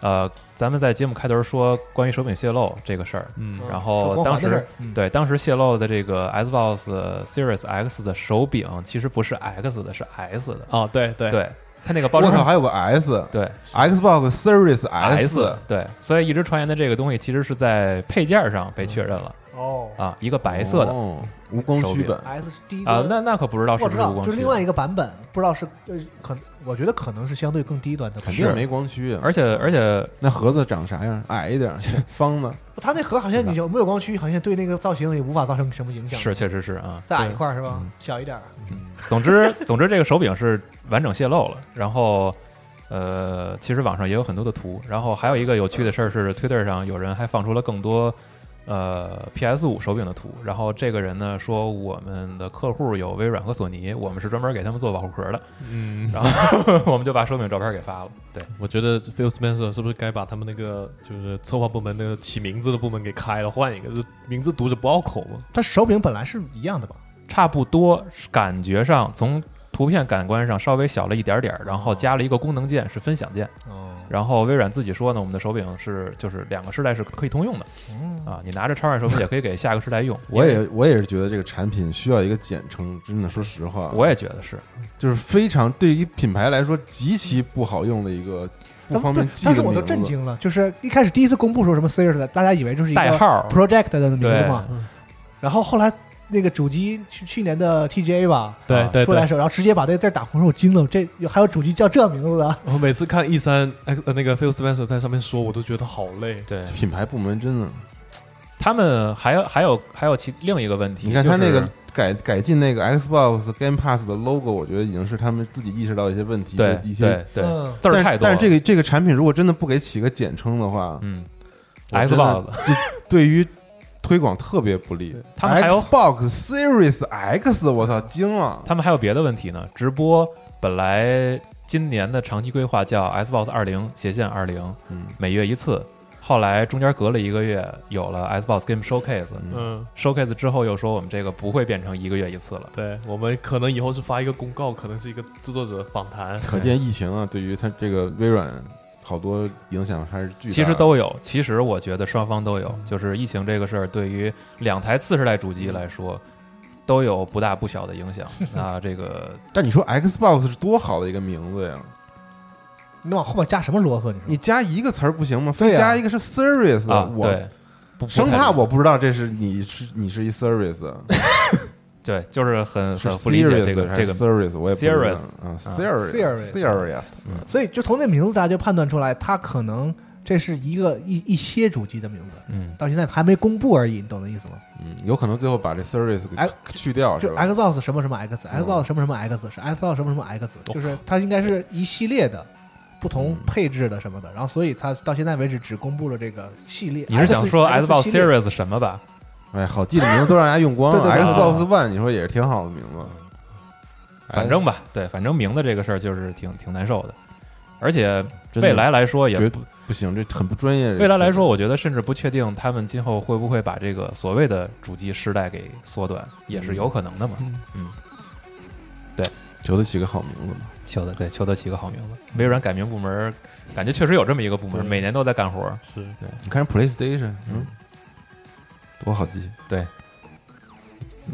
呃，咱们在节目开头说关于手柄泄露这个事儿，
嗯
然后
光
当
环的事
时
儿嗯
对当时泄露的这个 Xbox Series X 的手柄其实不是 X 的，是 S 的，
啊，对对，
对，它那个包
我
装
操，
上
还有个 S，Xbox
对
Series
S 对，所以一直传言的这个东西其实是在配件上被确认了
哦
啊，一个白色的
哦无光驱
手
本，
，S 是第一
啊，
个
那那可不知道是
我
不
知
是
道
无，光
就
驱
是另外一个版本，不知道是呃，可我觉得可能是相对更低端的，
肯定。没光驱啊。
而且而且
那盒子长啥样？矮一点，方的。
它那盒好像你有没有光驱，好像对那个造型也无法造成什么影响。
是确实是啊，
再矮
对
一块儿是吧
嗯？
小一点儿，
总之，总之这个手柄是完整泄露了。然后，呃，其实网上也有很多的图。然后还有一个有趣的事儿是，Twitter 上有人还放出了更多呃 PS 五手柄的图，然后这个人呢说我们的客户有微软和索尼，我们是专门给他们做保护壳的，
嗯，
然后我们就把手柄照片给发了。对，
我觉得 Phil Spencer 是不是该把他们那个就是策划部门那个起名字的部门给开了，换一个，就是名字读着不拗口嘛。
它手柄本来是一样的吧？
差不多感觉上从图片感官上稍微小了一点点儿，然后加了一个功能键是分享键，
哦，
然后微软自己说呢，我们的手柄是就是两个世代是可以通用的
嗯，
啊，你拿着超软手柄也可以给下个世代用。
我
因
也
为
我也是觉得这个产品需要一个简称，真的，说实话，
我也觉得是，
就是非常对于品牌来说极其不好用的一个不
当
方便
对
记的
当
名
时
字。
我都震惊了，就是一开始第一次公布的时候什么 Series，的大家以为就是一
代
个
号
Project 的名字
对
嘛
嗯，
然后后来那个主机去去年的 TGA 吧。
对
啊
对
出来的
对，
时候，然后直接把那个字儿打红，我说我惊了，这还有主机叫这名字啊的，
我每次看 E 三，哎，呃那个 Phil Spencer 在上面说，我都觉得好累。
对
品牌部门真的，
他们还有还有还有其另一个问题，
你看
就
他那
是
个改改进那个 Xbox Game Pass 的 logo，我觉得已经是他们自己意识到一些问题，
对
一些
对对
嗯
字儿
但
太多了，
但是这个这个产品如果真的不给起个简称的话，
嗯
我真的
，Xbox
对于推广特别不利。
他们还有
Xbox Series X，我操，惊了！
他们还有别的问题呢。直播本来今年的长期规划叫 Xbox 二零斜线二零，
嗯
每月一次。后来中间隔了一个月，有了 Xbox Game Showcase，Showcase、
嗯，
Showcase 之后又说我们这个不会变成一个月一次了。
对我们可能以后是发一个公告，可能是一个制作者访谈。
可见疫情啊，对于它这个微软好多影响还是巨大的。嗯
其实都有，其实我觉得双方都有，就是疫情这个事儿对于两台次世代主机来说都有不大不小的影 响。那这个
但你说 Xbox 是多好的一个名字呀！
你往后面加什么啰嗦？你说
你加一个词儿不行吗？
对
非
呀
加一个是 Series，、
啊，
我
对，不不
生
太
怕
懂
我不知道这是你是你是 一 Series，
对，就是很
是
很不理解这
Series
个
还
这
是
个
Series，我也不知道
Series
啊 Series
Series
Series，
嗯
所以就从那名字，大家就判断出来，它可能这是一个一一些主机的名字，
嗯，
到现在还没公布而已，你懂那意思吗？
嗯，有可能最后把这 Series
哎
给去掉是
就
吧？
Xbox 什么什么
嗯
X，Xbox 什么什么 X 是 Xbox 什么什么 X，就是它应该是一系列的不同配置的什么的，然后所以它到现在为止只公布了这个系列。
你是想说
X
Xbox
系列
Series 什么吧？
哎，好记的名字都让人家用光
对
了。
对对
Xbox One 你说也是挺好的名字，
反正吧，对，反正名字这个事儿就是挺挺难受的，而且
真的
未来来说也
哎绝
不，
不行，这很不专业。
未来来说，我觉得甚至不确定他们今后会不会把这个所谓的主机时代给缩短，也
嗯
是有可能的嘛。
求得起个好名字嘛。
求的对，求得起个好名字。微软改名部门儿，感觉确实有这么一个部门，
对
每年都在干活儿。
是
你看人 PlayStation，嗯，多好记。嗯
对，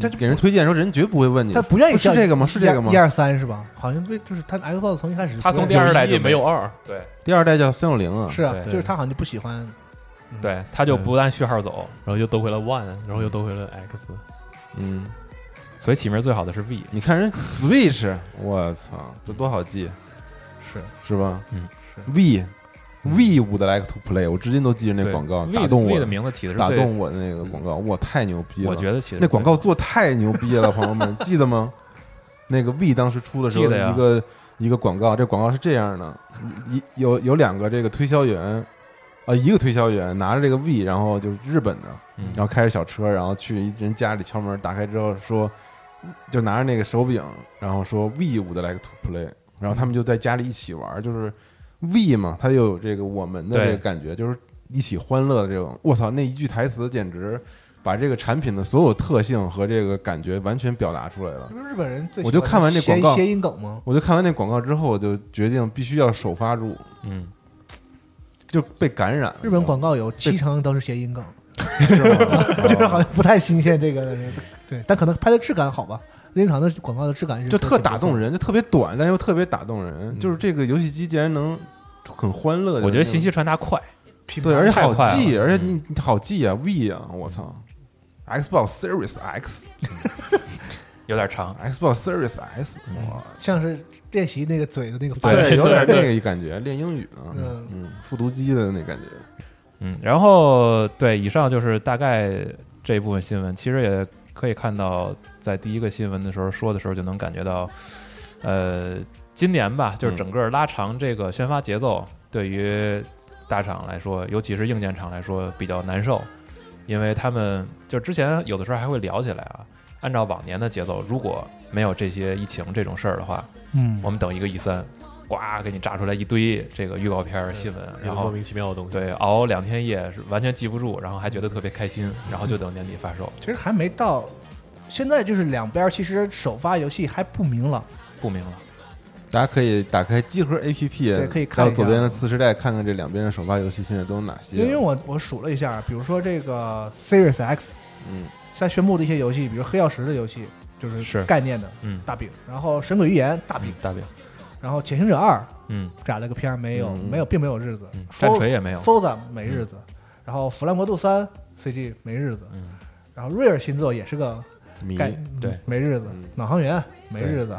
这就
给人推荐的时候，人绝不会问你
它不愿意
是
叫
这个吗？是这个吗
一？二三是吧？好像对，就是它 Xbox 从一开始
它从
不
第二代
有一
就
也没有二，
对
第二代叫三六零啊，
是啊，
对
就是它好像就不喜欢。
嗯
对，它就不按序号走，
然后又兜回了 One，然后又兜回了 X。
嗯，
所以起名最好的是 V。
你看人 Switch，我 操，这多好记，
是
是吧？
嗯，
是 V V would like to play，我至今都记着那
对
广告，
V
打动
V
我
的，名字起的是
打
最，
动我的那个广告，我太牛逼了，
我觉得起的
那
是
广
最
告做太牛逼了，朋友 们，记得吗？那个 V 当时出的时候，
记得呀
一个一个广告，这广告是这样的：一有有两个这个推销员，啊、一个推销员拿着这个 V，然后就是日本的
嗯，
然后开着小车，然后去一人家里敲门，打开之后说，就拿着那个手柄，然后说 V 五的 like to play，然后他们就在家里一起玩，就是 V 嘛，它又有这个我们的
对
这个感觉，就是一起欢乐的这种。我操，那一句台词简直把这个产品的所有特性和这个感觉完全表达出来了
这。不是日本人最
我就看完那
这
广告
谐音梗吗？
我就看完那广告之后，我就决定必须要首发入，
嗯，
就被感染了。
日本广告
嗯
有七成都是谐音梗，
哦是吗
就是好像不太新鲜这个，对，但可能拍的质感好吧。任天堂的广告的质感是
就特打动
人。
人，就特别短，但又特别打动
嗯
人。就是这个游戏机竟然能很欢乐的，
我觉得信息传达快。
品牌
对，而且好
太快了
记，而且
嗯
你你好记啊，V 啊，我操！Xbox Series X、
有点长，
Xbox Series S，哇，
嗯
像是练习那个嘴的那个发音。
对，有点那个感觉，练英语啊，
嗯
嗯，复读机的那感觉。
嗯，然后对，以上就是大概这一部分新闻。其实也可以看到，在第一个新闻的时候说的时候，就能感觉到，呃，今年吧，就是整个拉长这个宣发节奏，对于大厂来说，尤其是硬件厂来说比较难受。因为他们就之前有的时候还会聊起来啊。按照往年的节奏，如果没有这些疫情这种事儿的话，
嗯
我们等一个 E 三，呱给你炸出来一堆这个预告片儿、新闻，然
然后莫
后
名其妙的东西。
对熬两天夜是完全记不住，然后还觉得特别开心，然后就等年底发售，
其实还没到，现在就是两边其实首发游戏还不明朗，
不明了。
大家可以打开集合 APP，
对可以看一下
到左边的次时代看看这两边的首发游戏现在都有哪些。
因为我我数了一下，啊比如说这个 Series X
嗯，
在宣布的一些游戏，比如黑曜石的游戏，就是
是
概念的
嗯
大饼，然后神鬼预言大饼
嗯，，大饼，
然后潜行者二
嗯，
展了个片儿，没有
嗯
没有并没有日子
嗯，
Fo-
战锤也没有嗯
Forza 没日子，然后弗兰博度三 CG 没日子，
嗯
然后瑞尔新作也是个
迷
概
对
没日子
嗯，
脑航员没
对
日子，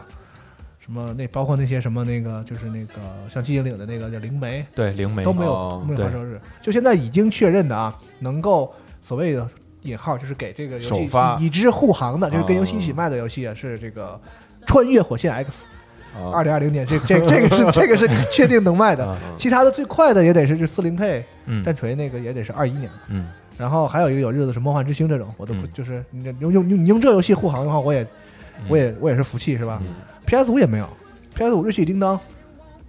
什么那包括那些什么那个就是那个像寂静岭的那个叫灵媒
对灵媒
都没有
哦
都没有
对
发售日，就现在已经确认的啊，能够所谓的引号就是给这个游戏
首发
已知护航的，就是跟
哦
游戏一起卖的游戏啊是这个《穿越火线 X》。
啊
二零二零年，这这这个是这个是确定能卖的
啊，
其他的最快的也得是就四零 K
嗯
战锤那个也得是二一年，
嗯
然后还有一个有日子是梦幻之星这种，我都不
嗯
就是你用用用你用这游戏护航的话，我也
嗯
我也我也是服气是吧？PS 五也没有，PS 五日系叮当、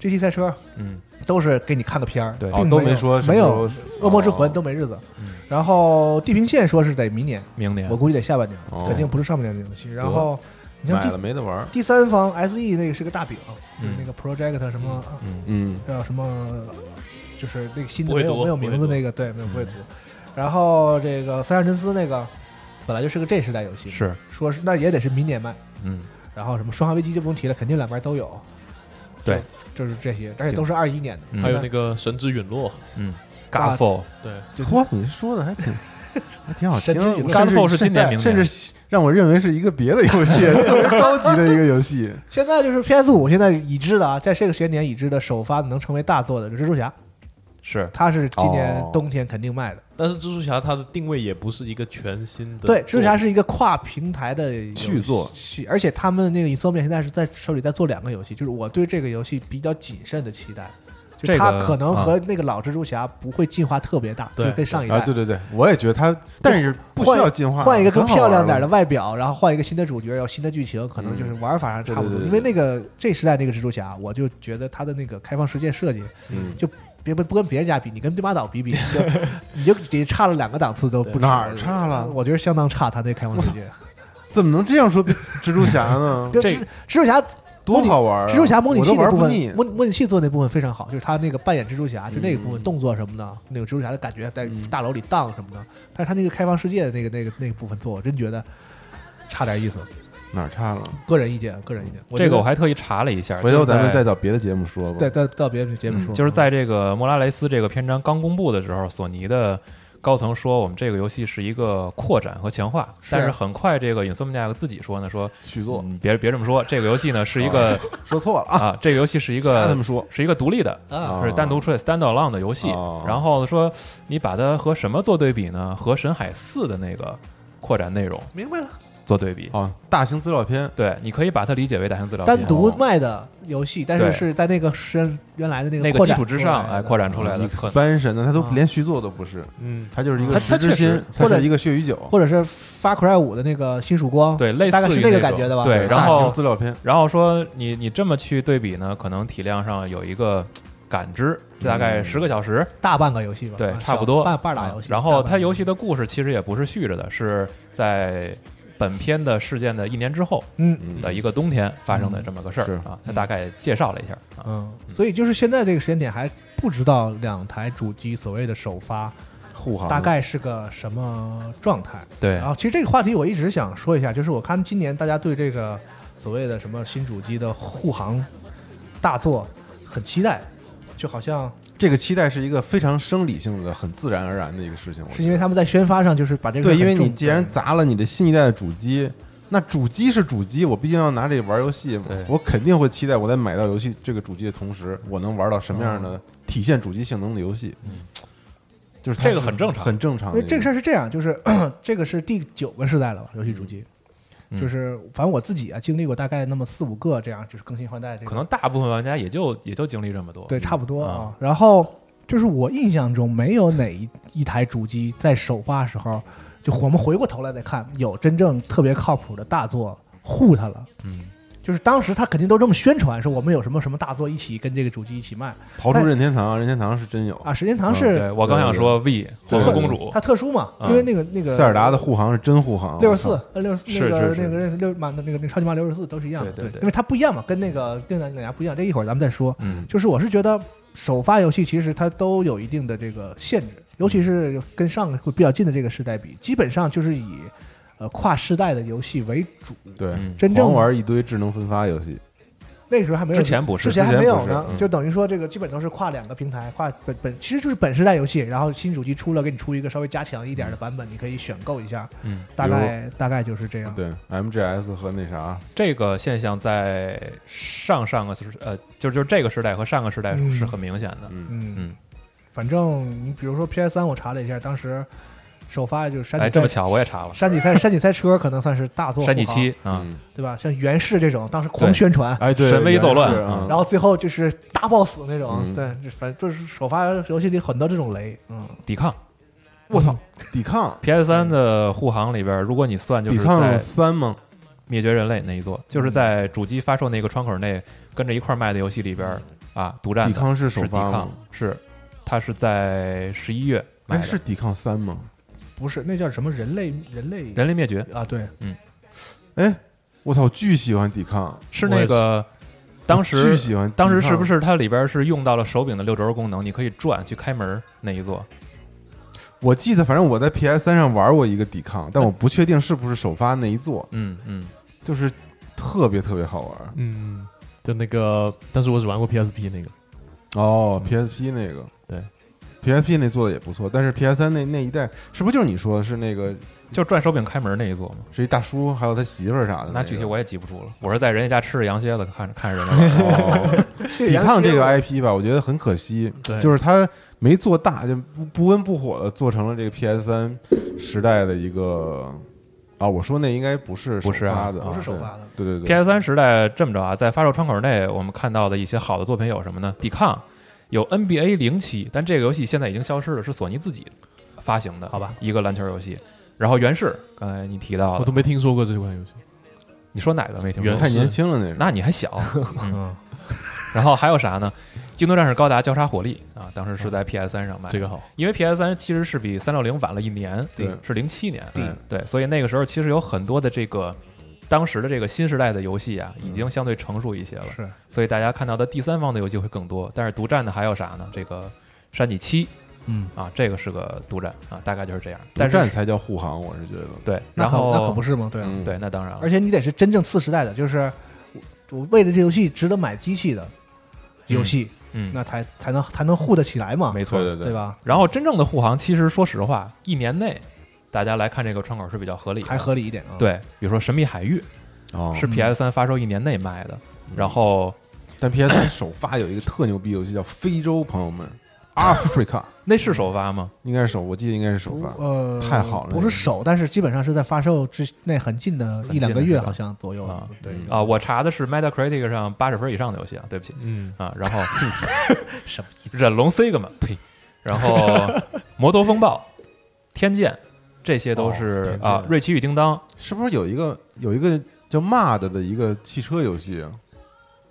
GT 赛车
嗯
都是给你看个片儿，
对
哦
并
都
没有
说什么
没
时
有
候
《恶魔之魂》
哦
都没日子
嗯，
然后《地平线》说是得明年，
明年
我估计得下半年，
哦
肯定不是上半年的游戏。然后你像
买
第
了没得玩儿。
第三方 SE 那个是个大饼，就是
嗯
那个 Project 什么
嗯
嗯，
叫什么，就是那个新的
不会
没有
读
没有名字
不会读
那个，对，没有不会读。然后这个《三上真司》那个本来就是个这时代游戏，
是
说是那也得是明年卖。
嗯
然后什么《生化危机》就不用提了，肯定两边都有。
对
就，就是这些，而且都是二一年的。
嗯
还有那个《神之陨落》，
嗯
God-
Godfall
对，
嗯嚯，你说的 还挺还挺好听啊
甚至有，
Godfall
甚至
是今年明年
甚至让我认为是一个别的游 戏，特别高级的一个游戏。
现在就是 PS 五现在已知的啊，在这个时间点已知的首发能成为大作的就是蜘蛛侠，
是
它是今年
哦
冬天肯定卖的。
但是蜘蛛侠它的定位也不是一个全新的，
对，蜘蛛侠是一个跨平台的游戏
续作，
而且他们那个 Insomnia 现在是在手里在做两个游戏，就是我对这个游戏比较谨慎的期待，就
这
它
个
可能和那个老蜘蛛侠不会进化特别大，
对
就跟上一代
啊，对对对，我也觉得它，但是不需要进化，
换一个更
很好玩
漂亮点
了
的外表，然后换一个新的主角，然后新的剧情，可能就是玩法上差不多。
嗯对对对对
因为那个这时代那个蜘蛛侠，我就觉得他的那个开放世界设计，
嗯
就别不不跟别人家比，你跟对马岛比比，你就 你就得差了两个档次都不止
哪儿差了
我觉得相当差，他那开放世界。
怎么能这样说蜘蛛侠呢？
就
这
蜘蜘蛛侠
多好玩啊！
蜘蛛侠模拟器
我
那
都玩
部
不
分
腻，。
模模拟器做那部分非常好，就是他那个扮演蜘蛛侠，就那个
嗯
部分动作什么的，那个蜘蛛侠的感觉在大楼里荡什么的。但是他那个开放世界的那个那个那个部分做，我真觉得差点意思。
哪儿差了？
个人意见，个人意见。
这个我
还
还特意查了一下，
回
就
头
是
咱们
在嗯
再找别的节目说嗯吧。
再再到别的节目说，
就是在这个莫拉雷斯这个篇章刚公布的时候，索尼的高层说我们这个游戏是一个扩展和强化，
是
但是很快这个 Insomniac 自己说呢，说
续作
嗯别别这么说，这个游戏呢是一个
说错了啊，
啊，这个游戏是一
瞎他
个
们说
是一个独立的，
啊，
是单独出来 standalone 的游戏
哦。
然后说你把它和什么做对比呢？和《神海四》的那个扩展内容
明白了。
做对比。
啊，大型资料片
对，你可以把它理解为大型资料片
单独卖的游戏，但是是在那个是原来的那
那个
个扩
基
展
础之上，哎，扩展
展
出来的可能。
，expansion 呢，它都
啊
连续作都不是，
嗯，
它就是一个
它它
十
确
之
实
心，它
或者
是一个血与酒，
或者是《Far Cry 五》的那个新曙光，
对，类似
大概是
于
那
种
个感觉的吧
对，然
大
后
型资料片，
然后说你你这么去对比呢，可能体量上有一个感知，这大概十个小时，
大半个游戏吧，
对
啊，
差不多
小半半打游戏。
然后
大半
它游戏的故事其实也不是续着的，是在本片的事件的一年之后
嗯
嗯
的一个冬天发生的这么个事儿、
是
啊。他大概介绍了一下啊，
嗯，所以就是现在这个时间点还不知道两台主机所谓的首发
护航
大概是个什么状态。
对
啊然，后其实这个话题我一直想说一下，就是我看今年大家对这个所谓的什么新主机的护航大作很期待，就好像
这个期待是一个非常生理性的、很自然而然的一个事情。我觉
是
得
因为他们在宣发上就是把这个
对，
很
因为你
重
既然砸了你的新一代的主机，那主机是主机，我毕竟要拿这玩游戏嘛
对，
我肯定会期待我在买到游戏这个主机的同时，我能玩到什么样
嗯
的体现主机性能的游戏。就是它
这个
是
很正常
很正常
因
的一。
为这个事儿是这样，就是 这个是第九个世代了吧，游戏主机。
嗯
就是，反正我自己啊，经历过大概那么四五个这样，就是更新换代这个，
可能大部分玩家也就也就经历这么多，
对，差不多
啊
啊。然后就是我印象中没有哪一一台主机在首发时候，就我们回过头来再看，有真正特别靠谱的大作护它了。
嗯，
就是当时他肯定都这么宣传，说我们有什么什么大作一起跟这个主机一起卖
刨
但
出任天堂，任天堂是真有
啊。时间长
哦嗯对
是
我刚想说 V
对
黄昏公主
它特殊嘛，
嗯
因为那个那个
塞尔达的护航是真护航，
六
我
十
操
四、呃六十
啊是
那个
是
那个六马那个那个超级马六十四都是一样的，
对对对
因为它不一样嘛，跟那个另外两家不一样，这一会儿咱们再说。
嗯，
就是我是觉得首发游戏其实它都有一定的这个限制，尤其是跟上个会比较近的这个时代比，基本上就是以呃跨世代的游戏为主。
对，
嗯
真
光
正
玩一堆智能分发游戏，
那个时候还没有，
之前不是
之前还没有呢
之前不，是嗯
就等于说这个基本都是跨两个平台，跨本本其实就是本世代游戏，然后新主机出了给你出一个稍微加强一点的版本，你可以选购一下，
嗯，
大概大概就是这样。
对 MGS 和那啥，
这个现象在上上个时呃，就就是这个时代和上个时代
嗯
是很明显的。
嗯，
嗯
嗯，
反正你比如说 PS 三，我查了一下，当时首发就是山
哎，
脊
这
菜
么，巧，我也查了，
山脊菜，山脊菜车可能算是大作，
山脊，七啊，
嗯，
对吧？像源氏这种，当时狂宣传，
哎对，
神威作乱
原来是啊
然后最后就是大 boss 那种，
嗯
对，这反正就是首发游戏里很多这种雷，嗯，
抵抗
我
嗯
操，抵抗，
PS 三的护航里边，如果你算就
抵
是在
抗三吗？
灭绝人类那一座，就是在主机发售那个窗口内跟着一块儿卖的游戏里边
嗯
啊，独占
抵
的
抗是首
是抵
发
抗
吗？，
是它是在十一月买
哎，
的，
是抵抗三吗？
不是那叫什么人类人类
人类灭绝
啊，对，
哎，我操，巨喜欢抵抗，
是那个当
巨
时
喜欢，
当时是不？是它里边是用到了手柄的六轴功能，你可以转去开门那一座，
我记得，反正我在 PS 三上玩过一个抵抗，但我不确定是不是首发那一座，
嗯嗯，
就是特别特别好玩
嗯，就那个，但是我只玩过 PSP 那个，
哦，PSP
嗯
那个
对。
PSP 那做的也不错，但是 PS 三那那一代是不是就是你说的是那个
就转手柄开门那一座嘛。
是一大叔，还有他媳妇儿啥的、
那
那
具体
个
我也记不住了，我是在人家家吃着羊蝎子看着看着人家玩 儿
哦抵抗这个 IP 吧，我觉得很可惜，
对
就是他没做大，就不不温不火的做成了这个 PS 三时代的一个啊，我说那应该不是
不是啊
首发的，
不
是首发的
对，对对对，
PS 三时代这么着啊，在发售窗口内，我们看到的一些好的作品有什么呢？抵抗有 NBA 零七，但这个游戏现在已经消失了，是索尼自己发行的，
好吧，
一个篮球游戏。然后原氏，刚才你提到
我都
了，
没听说过这款游戏。
你说哪个没听
原
说？
太年轻了那是，
那你还小。嗯、 然后还有啥呢？机动战士高达交叉火力啊，当时是在 PS 三上卖的。
这个好，
因为 PS 三其实是比三六零晚了一年，
对
是零七年，
对
对，所以那个时候其实有很多的这个当时的这个新时代的游戏啊，已经相对成熟一些了，
是，
所以大家看到的第三方的游戏会更多，但是独占的还有啥呢？这个山脊七
嗯，
啊，这个是个独占啊，大概就是这样，
独
但
占
是
才叫护航，我是觉得，
对，
那
然
可
后
那可不
是，
是吗？对啊，
嗯，
对，那当然了
而，且你得是真正次时代的，就是我我为了这游戏值得买机器的游戏，
嗯，
那才才能才能护得起来嘛，
没错
对，对
对吧？
然后真正的护航，其实说实话，一年内大家来看这个窗口是比较合理的，
还合理一点啊。，
对，比如说《神秘海域》
哦，嗯
是 PS 三发售一年内卖的，然后。
但 PS 三首发有一个特牛逼游戏叫《非洲朋 友们》，Africa
那是首发吗？
应该是首，我记得应该是首发，
呃，
太好了
不是首，但是基本上是在发售之内很近的一两个
很近
月，
的是吧
好像左右
啊。
对，
嗯
啊，我查的是 Metacritic 上八十分以上的游戏啊，对不起
嗯，
啊， 然后什么意思？忍龙 Sigma，呸，然 后魔头风暴、天剑，这些都是
哦天剑
啊，瑞奇与叮当
是不是有一个有一个叫 MUD 的一个汽车游戏啊？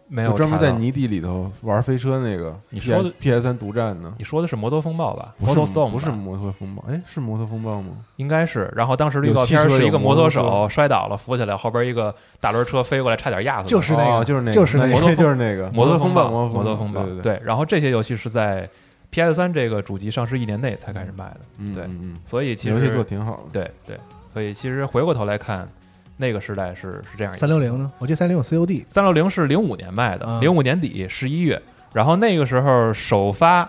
没
我
有
专门
查
在
到
泥地里头玩飞车那个，
你说的
PS 三独占呢？
你说的是摩托风暴吧？
不是
Storm
不是摩托风暴，哎，是摩托风暴吗？
应该是。然后当时预告片是一个摩托手摔倒了，扶起来，后边一个大轮车飞过来，差点压死他。
就是那个
哦就是那个，
就是那个
那个就是那个
摩
托
托
风
暴，
摩
摩
托
风
暴，
暴
对对，
对。然后这些游戏是在 PS 三这个主机上市一年内才开始卖的，
嗯
对
嗯嗯，
所以其实
游戏做得挺好的，
对对，所以其实回过头来看，那个时代是是这样一个。
三六零呢？我记得三六零有 COD，
三六零是零五年卖的，
嗯
零五、年底十一月，然后那个时候首发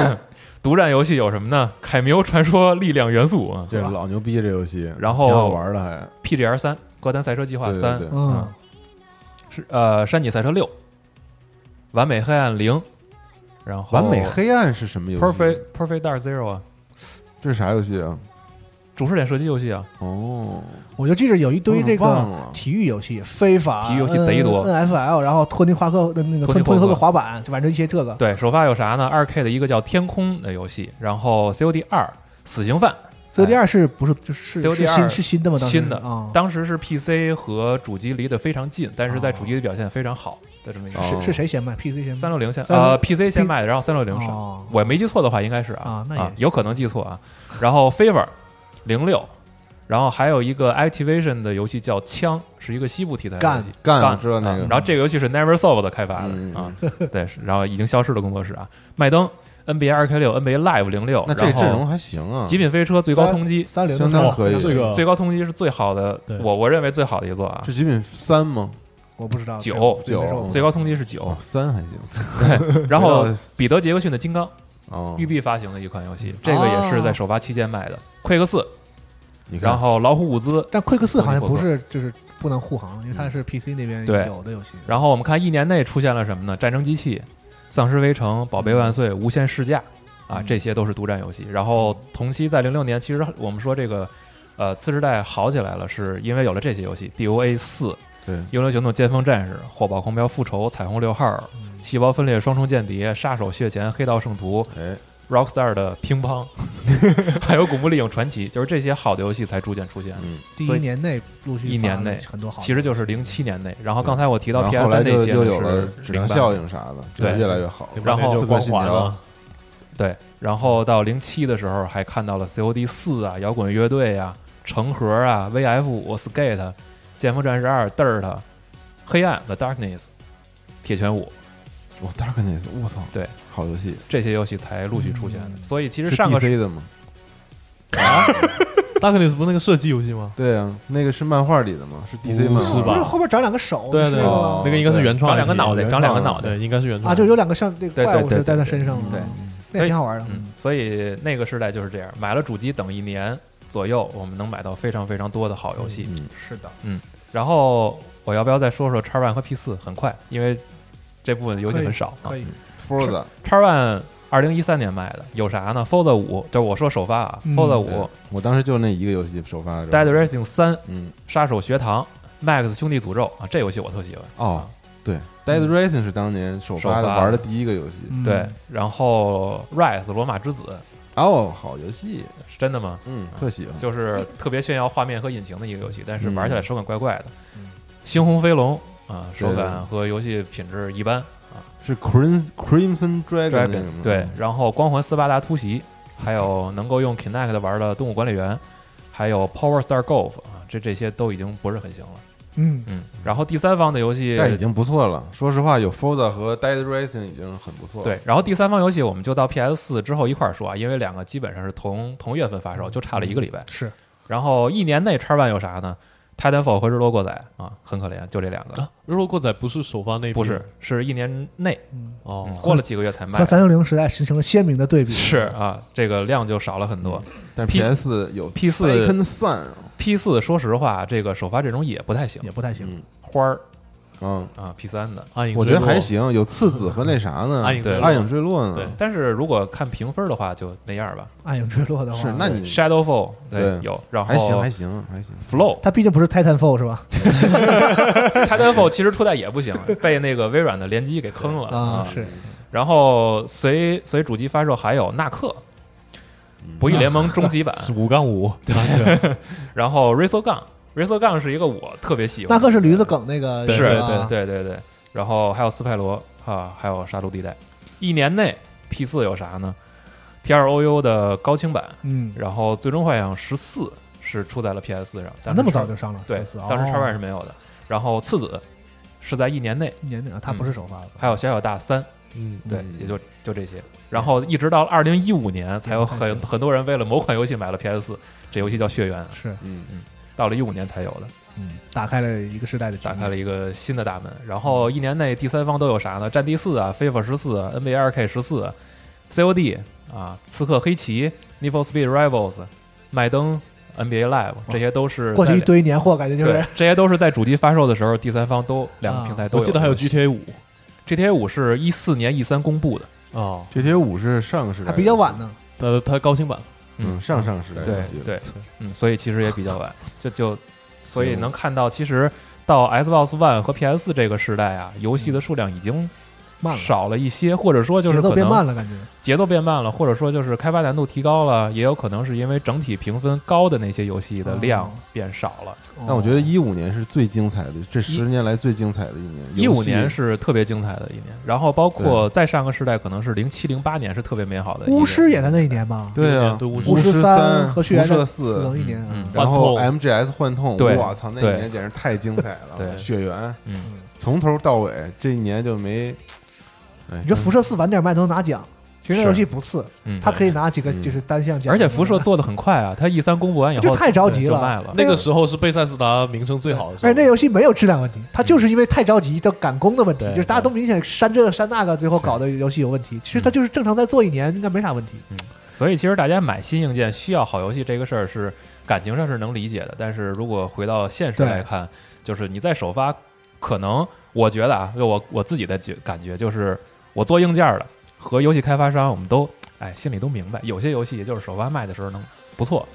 独占游戏有什么呢？《凯米欧传说：力量元素》啊
这老牛逼这游戏，
然后
挺好玩的还
，PGR 三《歌单赛车计划
对对
三》
对
嗯，
啊是呃《山脊赛车六》，《完美黑暗零》，然后
完美黑暗是什么游戏
Perfect Perfect Dark Zero 啊，
这是啥游戏啊？
主视点射击游戏啊，
哦，
我就记着有一堆这
我怎么忘
个
了
体育游戏，非法
体育游戏贼多
N F L，然后托尼华克的那个
托
托
尼
尼
霍克哎
霍克滑板，就反正一些这个。
对，首发有啥呢？二 K 的一个叫《天空》的游戏，然后 COD 二《死刑犯
C O D 二是不是就是是
COD
是
二
新是新的吗？》当时
新的
啊，，
哎当时是 PC 和主机离得非常近，但是在主机的表现非常好的这么一个
哦
是是谁先卖？P C 先卖？
三六零先
三六
呃 PC 先卖的，然后三六零是，
哦
我没记错的话应该是啊
啊那也是
有可能记错啊。然后 Fever 零六，然后还有一个 Activation 的游戏叫《枪》，是一个西部题材的游戏。
干
干
我知道那个
啊然后这个游戏是 NeverSoft 的开发的、
嗯
啊，对，是然后已经消失的工作室啊。麦登 NBA 2 K 六、NBA Live 零六，
那这
然
阵
后
容还行啊，
极品飞车最高通缉，
三零
相
的
当
话
可以。
嗯
这个
最高通缉是最好的
对，
我我认为最好的一座啊
是。极品三吗？
我不知道
九
这个这
九
个是我
最高通缉是九
哦，，三还行。
然后彼得·杰克逊的《金刚》
哦，
育碧发行的一款游戏，这个也是在首发期间卖的。Quick 四，
你看
然后老虎伍兹，
但 Quick 四好像
托尼
不
霍克
是就是不能护航，因为它是 P C 那边
嗯对
有的游戏。
然后我们看一年内出现了什么呢？战争机器、丧尸围城、宝贝万
嗯
岁、无限试驾啊，这些都是独占游戏。然后同期在零六年，其实我们说这个。呃，次时代好起来了，是因为有了这些游戏：DOA 四、
对
幽灵行动、尖峰战士、火爆狂飙、复仇、彩虹六号、
嗯
细胞分裂、双重间谍、杀手血钱、黑道圣徒、
哎，
Rockstar 的乒乓， 还有《古墓丽影传奇》，就是这些好的游戏才逐渐出现。
嗯，
第
所以
一年内陆续
一
发
年
了
内
很多好的，
其实就是零七年内，然后刚
对
才我提到
然
PS
后后来
3那
就
些
又
呢
有了
是
质
零
量
八
效应啥的，就
对
越来越好。
然后
就光环了，
对，然后到零七的时候还看到了 COD 四啊、摇滚乐队啊、成盒啊、VF 五、Skate、剑锋战士二、Dirt、黑暗的 Darkness、铁拳五
我 Darkness，我操，
对，
好游戏。
这些游戏才陆续出现
嗯
的。所以其实
是
上个
DC 的吗？
大克里斯不是那个射击游戏吗？
对啊，那个是漫画里的吗？是 DC 漫
不
画
是
不
吧
是后边长两个手，
对啊
是
对，
那
对
个吗
那个应哦该是原创
长
的
两个
游
脑袋，
戏，
长两个脑袋
对，，应该是原创
啊，就有两个像那
对
个怪
对
物
对
是在他身上，
对
嗯，那也挺好玩的。
嗯，所以那个时代就是这样，买了主机等一年左右，我们能买到非常非常多的好游戏。
嗯，
是的，
然后我要不要再说说 X One 和 P 四？很快，因为这部分游戏很少啊
可。以。
Forza，
X One 二零一三年卖的有啥呢？Forza 五，就是我说首发啊
嗯
，Forza
对
五、
我当时就那一个游戏首发的时候
Dead Racing 三、
嗯，
杀手学堂、Max 兄弟诅咒啊，这游戏我特喜欢。
哦，对，Dead Racing 是当年首
嗯
发
首
的
发的
玩的第一个游戏。
嗯
对，，然后 Rise 罗马之子
哦，好游戏，
是真的吗？
嗯，特喜欢。
就是特别炫耀画面和引擎的一个游戏，但是
嗯
玩起来手感怪怪的。猩红飞龙啊，
对
手感和游戏品质一般。
是 Crimson Crimson Dragon 那
Dragon
个嗯吗
对，，然后光环斯巴达突袭，还有能够用 Kinect 的玩的动物管理员，还有 Power Star Golf 啊，这这些都已经不是很行了。
嗯，
嗯，然后第三方的游戏
但已经不错了。说实话，有 Forza 和 Dead Racing 已经很不错了。
对，然后第三方游戏我们就到 PS 四之后一块儿说啊，因为两个基本上是同同月份发
嗯
售，就差了一个礼拜。
是
然后一年内叉 One 有啥呢？Titanfall 和日落过载啊，很可怜，就这两个
啊，。日落过载不是首发那一批
不
嗯
是，是一年内，
哦
嗯，过了几个月才卖
和，三六零时代形成了鲜明的对比。
是啊，这个量就少了很多。
但
P-
PS 有
P4
Second Sun，
P 四说实话，这个首发阵容也不太行
也，不太行。
嗯
花儿
嗯，
啊 P 三的。
暗影
我
坠
觉
落，
得还行，有次子和那啥呢，
暗影坠落
暗影坠落呢，
对
但是如果看评分的话，就那样吧。
暗影坠落的话，
是那你
Shadowfall
嗯对
有，然后
还行还行还行，
Flow
它毕竟不是 Titanfall 是吧？
Titanfall 其实初代也不 行，被那个微软的联机给坑了
啊，是
然后随随主机发售还有纳克。不义联盟
啊
终极版，
是五杠五，对，
然后 Racer 杠，Racer 杠是一个我特别喜欢
那
的，
个是驴子梗那个
是，
对
吧
对对对，然后还有斯派罗啊，还有杀戮地带。一年内 P 四有啥呢？T R O U 的高清版，
嗯，
然后最终幻想十四是出在了 PS 四上，但
那么早就上了，
对
这次，
当时叉 Y
哦
是没有的。然后次子是在一年内，
一年内啊，它
嗯
不是首发的，
还有小小大三，
嗯，
对
嗯，
也就就这些。然后一直到二零一五年，才有很很多人为了某款游戏买了 PS 四，这游戏叫《血缘》，
是
嗯，
到了一五年才有的。
嗯，打开了一个时代的局
打
面
开了一个新的大门。然后一年内第三方都有啥呢？战地四啊，FIFA 十四，NBA 二 K 十四，COD 啊，刺客黑旗，Need for Speed Rivals，麦登，NBA Live，这些都是
过去
在
一堆年货，感觉就是
对，这些都是在主机发售的时候，第三方都两个平台都
我
有。
记得还有 GTA 五
GTA 五是一四年 E 三公布的，
哦，
这些五是上个时代
还比较晚呢。
它它高清版
嗯，上上时代游
对
戏了，
对，嗯，所以其实也比较晚，就 就所以能看到，其实到 Xbox One 和 PS 这个时代啊，游戏的数量已经
嗯慢了，
少了一些，或者说就是
节奏
可
变
能
慢了，感觉
节奏变慢了，或者说就是开发难度提高了，也有可能是因为整体评分高的那些游戏的量
哦
变少了。
但我觉得一五年是最精彩的，这十年来最精彩的一年。
一
游
五
戏
年是特别精彩的一年，然后包括再上个时代，可能是零七零八年是特别美好的一年。嗯
巫师也在那一年吧，
对啊，
对巫师
巫师
三
三
和血缘
辐射
的
四
等一年啊，
嗯
然后
幻
MGS 幻痛，
对
我操，那一
对
年简直太精彩了！
对
血缘
嗯，
从头到尾，这一年就没。哎，
你这辐
射
射四晚点卖都能拿奖，其实那游戏不次，
嗯，
它可以拿几个
嗯
就是单项奖，
而且辐射做的很快啊，它 E 三公布完以
就
后
太着急
就
了，
卖了
那个时哎候是贝塞斯达名声最好的时候，
而且那游戏没有质量问题，它就是因为太着急的赶工的问
嗯
题，
对
就是大家都明显删这个删那个，最后搞得游戏有问题。其实
嗯
它就是正常再做一年，应该没啥问题。
所以其实大家买新硬件需要好游戏这个事儿是感情上是能理解的，但是如果回到现实
对
来看，就是你在首发，可能我觉得啊，就我我自己的觉感觉就是，我做硬件儿的和游戏开发商，我们都哎心里都明白，有些游戏也就是首发卖的时候能不错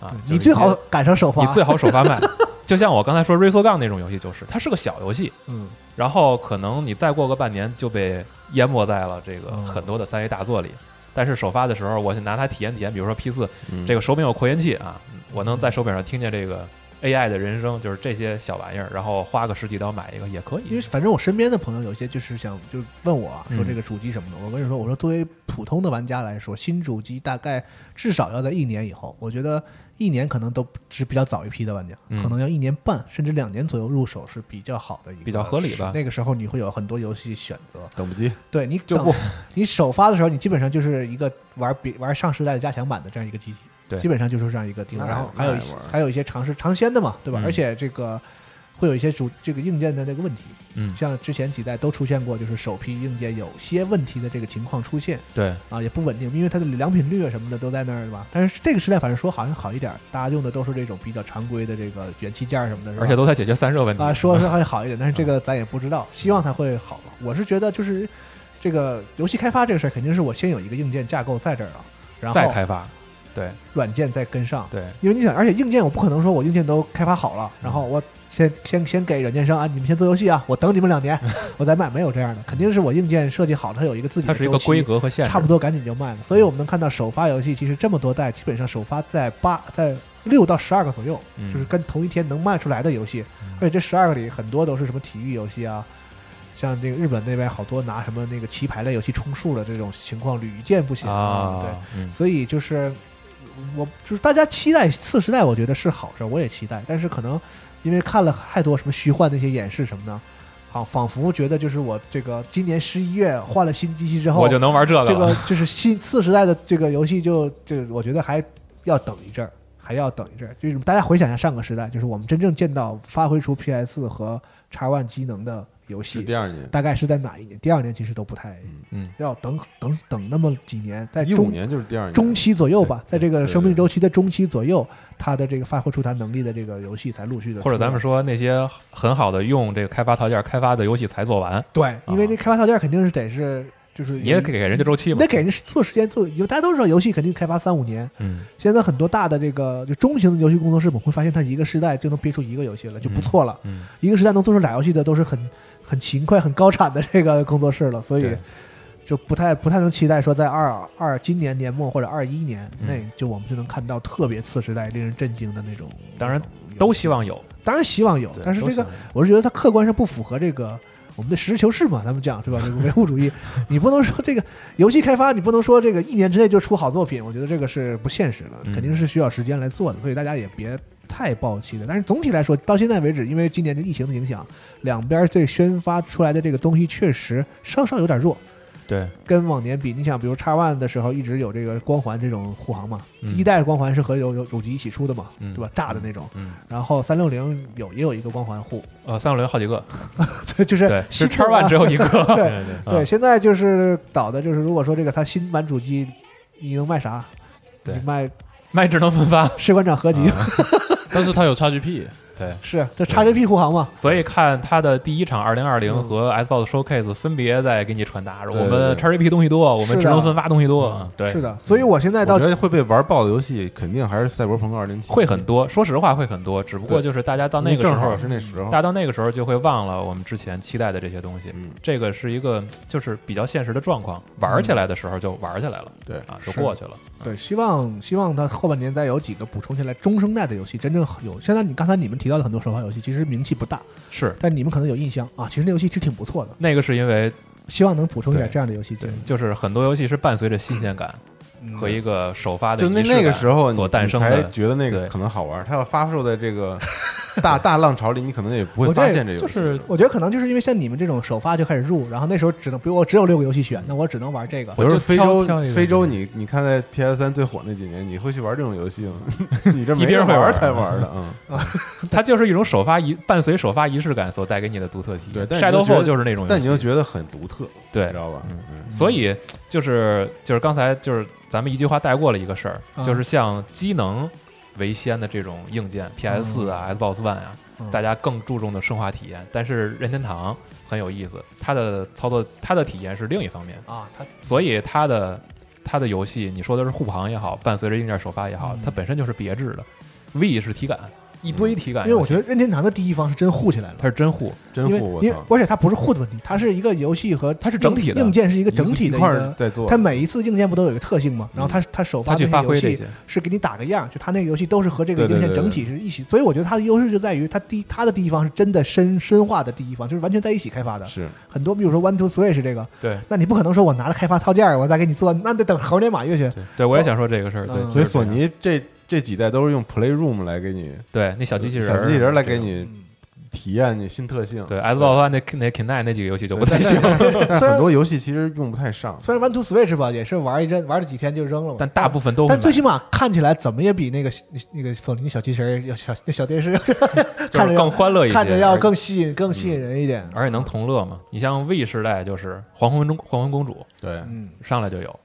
啊，就是
你最
一
好
些
赶上首发，
你最好首发卖，就像我刚才说《瑞索杠》那种游戏，就是它是个小游戏，
嗯，
然后可能你再过个半年就被淹没在了这个
哦
很多的三 A 大作里。但是首发的时候，我就拿它体验体验，比如说 P
嗯
四这
个
个手柄有扩音器啊，我能在手柄上听见这个 AI 的人声，就是这些小玩意儿，然后花个十几刀买一个也可
因
以
为。反正我身边的朋友有些就是想就问我啊
嗯
说这个主机什么的，我跟你说，我说作为普通的玩家来说，新主机大概至少要在一年以后，我觉得一年可能都是比较早一批的玩家，
嗯
可能要一年半甚至两年左右入手是比较好的一个
比较合理吧
那个时候你会有很多游戏选择，
等不及，
对你
就
等
不
你首发的时候，你基本上就是一个玩比玩上世代的加强版的这样一个机体，
对
基本上就是这样一个地方。
那
然后还有一
那也玩
还有一些尝试尝鲜的嘛，对吧？
嗯
而且这个会有一些主这个硬件的那个问题，
嗯
像之前几代都出现过，就是首批硬件有些问题的这个情况出现
对，
啊，也不稳定，因为它的良品率啊什么的都在那儿，对吧？但是这个时代反正说好像好一点，大家用的都是这种比较常规的这个元器件儿什么的，是吧
而且都在解决散热问题
啊，说是会好一点，但是这个咱也不知道，希望它会好吧。我是觉得就是这个游戏开发这个事儿，肯定是我先有一个硬件架构在这儿了，然
再
后
开发，对
软件再跟上。
对，
因为你想，而且硬件我不可能说我硬件都开发好了，然后我先先先给软件商啊，你们先做游戏啊，我等你们两年 我再卖，没有这样的，肯定是我硬件设计好了，它有一个自己
它
的
是一个
周期
规格和限制，
差不
多，
多赶紧就卖了。所以我们能看到首发游戏，其实这么多代，基本上首发在八在六到十二个左右，
嗯
就是跟同一天能卖出来的游戏。而且这十二个里很多都是什么体育游戏啊，像这个日本那边好多拿什么那个棋牌类游戏充数的这种情况屡见不鲜
啊，
对，
嗯，
所以就是我就是大家期待次时代，我觉得是好事，我也期待，但是可能因为看了太多什么虚幻那些演示什么的。好，仿佛觉得就是我这个今年十一月换了新机器之后，
我就能玩这个
这个
了，
就是新次时代的这个游戏就，就我觉得还要等一阵儿，还要等一阵儿。就是大家回想一下上个时代，就是我们真正见到发挥出 PS 和 X One 机能的游
是
戏
第，二年，
大概是在哪一年？第二年其实都不太，
嗯，
要等等等那么几年，在
一五
中
年就是第二年
中期左右吧，在这个
对
生命周期的中期左右，它的这个发挥出它能力的这个游戏才陆续 的，
或者咱们。说那些很好的用这个开发套件开发的游戏才做完，
对，因为那开发条件肯定是得是，就是
你也给给人家周期嘛
那，给人做时间做，大家都知道游戏肯定开发三五年，
嗯，
现在很多大的这个就中型的游戏工作室，我们会发现它一个时代就能憋出一个游戏了，就不错了。
嗯嗯
一个时代能做出俩游戏的都是很很勤快、很高产的这个工作室了，所以
对
就不太不太能期待说在二二今年年末或者二一年
嗯
内，就我们就能看到特别次时代、令人震惊的那种。
当然
那种游戏
都希，望有，
当然希望有
对，
但是
都
这
希
个
望有
我是觉得它客观上不符合这个我们的实事求是嘛，咱们讲是吧？这个唯物主义，你不能说这个游戏开发，你不能说这个一年之内就出好作品，我觉得这个是不现实的，
嗯
肯定是需要时间来做的，所以大家也别太抱期了。但是总体来说，到现在为止，因为今年的疫情的影响，两边对宣发出来的这个东西确实稍稍有点弱。
对，
跟往年比，你想，比如叉 One 的时候一直有这个光环这种护航嘛，
嗯
一代光环是和有有主机一起出的嘛，
嗯
对吧？炸的那种，
嗯，
然后三六零有也有一个光环护，
呃，三六零好几个，
对，就是
对，是
新的
叉 one 只有一个，
对
对对，
啊
对，现在就是倒的，就是如果说这个它新版主机，你能卖啥？
对啊
你卖《
卖智能分发，
士官长合集》
但是它有 XGP，
对，
是这插着屁护航嘛，
所以看它的第一场二零二零和 Xbox Showcase 分别在给你传达，我们 XGP 东西多，我们智能分发东西多，嗯啊对，
是的，所以我现在到
我觉得会被玩爆的游戏，肯定还是《赛博朋克2077》，
会很多。说实话会很多，只不过就是大家到那个时
嗯正
候
好，是那时候
大。家到那个时候就会忘了我们之前期待的这些东西。
嗯
这个是一个就是比较现实的状况，玩起来的时候就玩起来了，
对
啊，就过去了。
对，希望希望它后半年再有几个补充下来中生代的游戏，真正有。现在你刚才你们提到的很多手法游戏，其实名气不大，
是
但你们可能有印象啊，其实那游戏是挺不错的。
那个是因为
希望能补充一点
对
这样的游戏
对
进来，
就是很多游戏是伴随着新鲜感
嗯
和一个首发的
就那
仪式感
那个时候你
所诞生
你才
的，
觉得那个
对
可能好玩。它要发售在 这个大大浪潮里，你可能也不会
我
发
这
现这个游
就
戏。
是
我觉得可能就是因为像你们这种首发就开始入，然后那时候只能，比如我只有六个游戏选，那我只能玩这个
比。
我
如
就
说非
挑
洲
挑一，个
非洲你你看在 PS 三最火那几年，你会去玩这种游戏 吗？你这没
一边
得
会
玩
玩
才玩 的，嗯，
它就是一种首发仪伴随首发仪式感所带给你的独特体验。
对。但你就觉
Shadowfall
得
就是那种游戏，
但你又觉得很独特，你
对
知，道吧？
嗯
嗯，
所以就是就是刚才就是咱们一句话带过了一个事儿，
啊
就是像机能为先的这种硬件，PS
嗯
四啊、Xbox One 啊
嗯，
大家更注重的生化体验。但是任天堂很有意思，它的操作它的体验是另一方面，
啊，它
所以它的它的游戏，你说的是护航也好，伴随着硬件首发也
嗯
好，它本身就是别致的。V 是体感，一堆体感
嗯因为
游
我
戏，
觉得任天堂的第一方是真护起来了
它，是真护，
真
因为
护我
因为
操，
而且它不是护的问题，它是一个游戏和
它是整体的
硬硬件是一个整体
一
的一
块儿嗯
个，
在做，
它每一次硬件不都有一个特性吗？然后它它首发
它去
的
发
那些游
挥这
戏
些。
是给你打个样，就它那个游戏都是和这个
对对
硬件
对
整体是一起，所以我觉得它的优势就在于它第它的第一方是真的深深化的第一方，就是完全在一起开发的，
是
很多比如说 One Two Switch 这个，
对
那你不可能说我拿着开发套件儿，我再给你做，那得等猴年马月去。
对对，我也想说这个事儿。
嗯
对，就是
所以索
这样
尼这这几代都是用 Playroom 来给你
对那小机器人
小
儿，
机器人来给
你。
你体验你新特性。
对 Xbox One 那那 Kinect 那几个游戏就不太行，
但很多游戏其实用不太上。
虽然 One Two Switch 吧，也是玩一阵，玩了几天就扔了嘛。
但大部分都
但最
起
起码看起来怎么也比那个那个索尼小机器人儿要小那小电视 看着
更
要
欢乐一些，
看着要
而嗯
更吸引更吸引人一点。
而且能同乐嘛。你像 V 时代就是黄昏中黄昏公主
对，
嗯，
上来就有，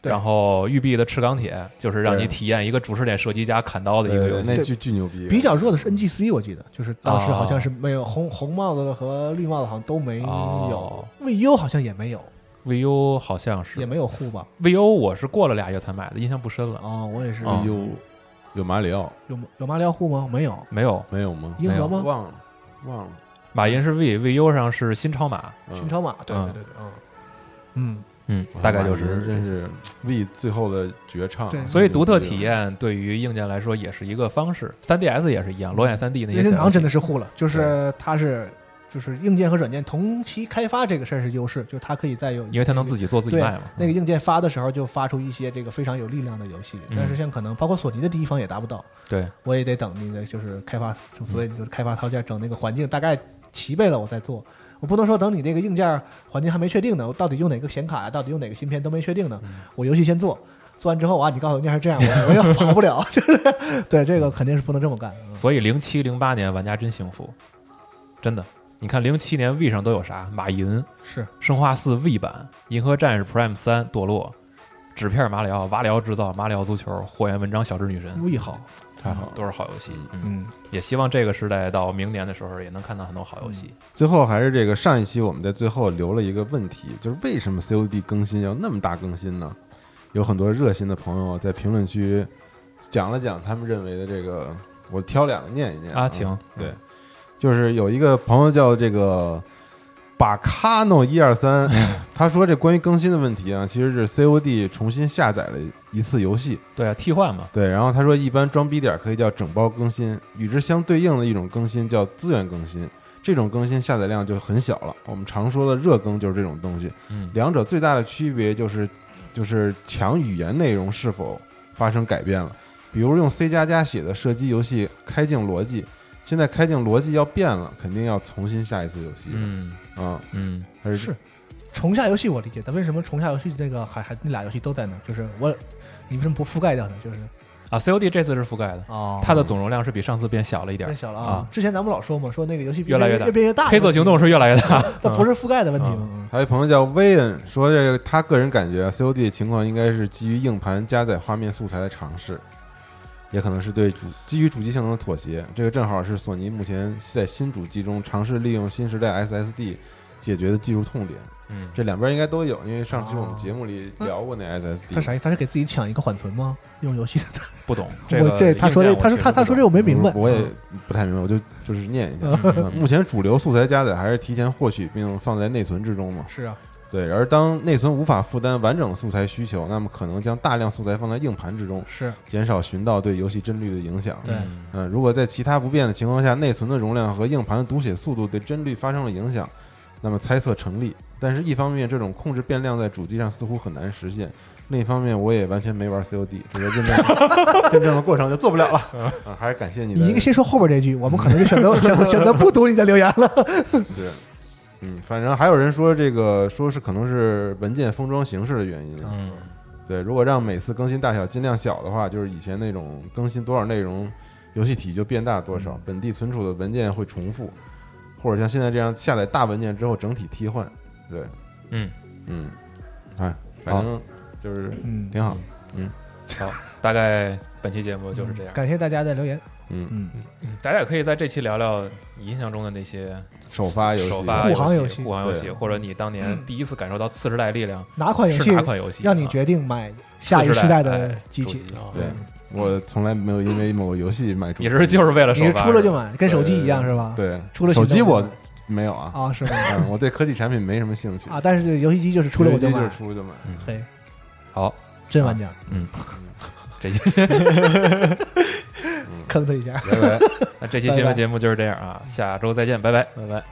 对
然后育碧的赤钢铁就是让你
对
体验一个主视点射击加砍刀的一个游戏，
那巨巨牛逼，
嗯比较弱的是 NGC，我记得就是当时
哦
好像是没有红红帽子和绿帽子好像都没有
哦
，VU 好像也没有，
VU 好像
也
是
没有护吧？
VU 我是过了俩月才买的，印象不深了。
哦，我也是
啊
有有马里奥
有有马里奥护吗？没有，
没有，
没有吗？
银河吗？
忘了忘了，
马银是 V，VU 上是新超马，
嗯
寻超马，对对对对，嗯嗯。
嗯，大概就
马里奥
是。
真是 V 最后的绝唱啊
对，
所以独特体验对于硬件来说也是一个方式，3DS 也是一
嗯
样，裸眼 3D 那些
任天
小游
堂
戏
真的是护了，就是它是就是硬件和软件同期开发这个事儿是优势，就是它可以再有，
因为它能自己做自己
对
卖嘛。
那个硬件发的时候就发出一些这个非常有力量的游戏，
嗯
但是像可能包括索尼的第一方也达不到，
对，
我也得等那个就是开发，所以就是开发套件整那个环境大概齐备了我再做。我不能说等你这个硬件环境还没确定呢，我到底用哪个显卡啊，到底用哪个芯片都没确定呢，我游戏先做，做完之后啊，你告诉我硬件是这样，我我也跑不了， 就是对这个肯定是不能这么干。嗯
所以零七零八年玩家真幸福，真的。你看零七年 V 上都有啥？马银、
是
生化四 V 版、银河战士 Prime 三、堕落、纸片马里奥、瓦里奥制造、马里奥足球、火焰文章、小智女神，
利好，
太好了。
都是好游戏。嗯，
嗯，
也希望这个时代到明年的时候也能看到很多好游戏。
最后还是这个上一期我们在最后留了一个问题，就是为什么 COD 更新要那么大更新呢？有很多热心的朋友在评论区讲了讲他们认为的这个，我挑两个念一念
啊，请
对，就是有一个朋友叫这个把卡诺一二三，他说这关于更新的问题啊，其实是 COD 重新下载了一次游戏，
嗯
对啊，替换嘛，
对，然后他说一般装逼点儿可以叫整包更新，与之相对应的一种更新叫资源更新，这种更新下载量就很小了。我们常说的热更就是这种东西，
嗯，
两者最大的区别就是就是强语言内容是否发生改变了。比如用 C 加加写的射击游戏开镜逻辑，现在开镜逻辑要变了，肯定要重新下一次游戏。
嗯
嗯，
嗯，
还是
是重下游戏我理解，但为什么重下游戏那个还还那俩游戏都在那儿？就是我，你为什么不覆盖掉呢？就是
啊，COD 这次是覆盖的，
哦
它的总容量是比上次变小了一点
变
儿。
小了
啊
之前咱们老说嘛，说那个游戏
越来越大
越变越大，
黑色行动是越来越 大，
那嗯不是覆盖的问题嗯吗？
还有朋友叫威恩说，这个他个人感觉啊，COD 的情况应该是基于硬盘加载画面素材的尝试。也可能是对主基于主机性能的妥协。这个正好是索尼目前在新主机中尝试利用新时代 SSD 解决的技术痛点。
嗯
这两边应该都有，因为上期我们节目里
哦
聊过那 SSD。
他啥意思？他是给自己抢一个缓存吗？用游戏的，
不懂这
我
个。
这他说这，他说他他说这我没明白。
嗯
嗯
我我也不太明白，我就就是念一下。
嗯
目前主流素材加载还是提前获取并放在内存之中嘛？
是啊，
对，而当内存无法负担完整素材需求，那么可能将大量素材放在硬盘之中，
是啊
减少寻道对游戏帧率的影响。
对，
嗯，如果在其他不变的情况下，内存的容量和硬盘的读写速度对帧率发生了影响，那么猜测成立。但是，一方面这种控制变量在主机上似乎很难实现，另一方面我也完全没玩 COD，这个认证认证的过程就做不了了。啊，还是感谢你的。
你应该先说后边这句，我们可能就选择选择选择不读你的留言了。
对，嗯，反正还有人说这个说是可能是文件封装形式的原因。
嗯，
对，如果让每次更新大小尽量小的话，就是以前那种更新多少内容，游戏体就变大多
嗯
少，本地存储的文件会重复，或者像现在这样下载大文件之后整体替换。对，
嗯
嗯，哎，反正就是
嗯，
挺好。
大概本期节目就是这样。
感谢大家的留言。
嗯
嗯，
大家也可以在这期聊聊你印象中的那些
首发游戏，
首发
护航
游
游戏
护航游戏，
对
或者你当年第一次感受到次时代力量
哪款游
是
戏
哪款游戏，
嗯让你
啊
决定买下一世代的机
主
器？
啊
对我从来没有因为某个游戏买主机，
也是就是为了首
你是
发
出了就买，跟手机一样是吧？，
对
出了
手
新
机
的
我
就买
没有啊，
啊，是吗？
嗯，我对科技产品没什么兴趣
啊，，但是游戏机就是出了我
手
就
机就
买啊
是，出了就买。
嘿，
好，
真玩家
这期
坑他一下。
拜拜。
那这期新闻节目就是这样啊，下周再见，拜拜，拜拜。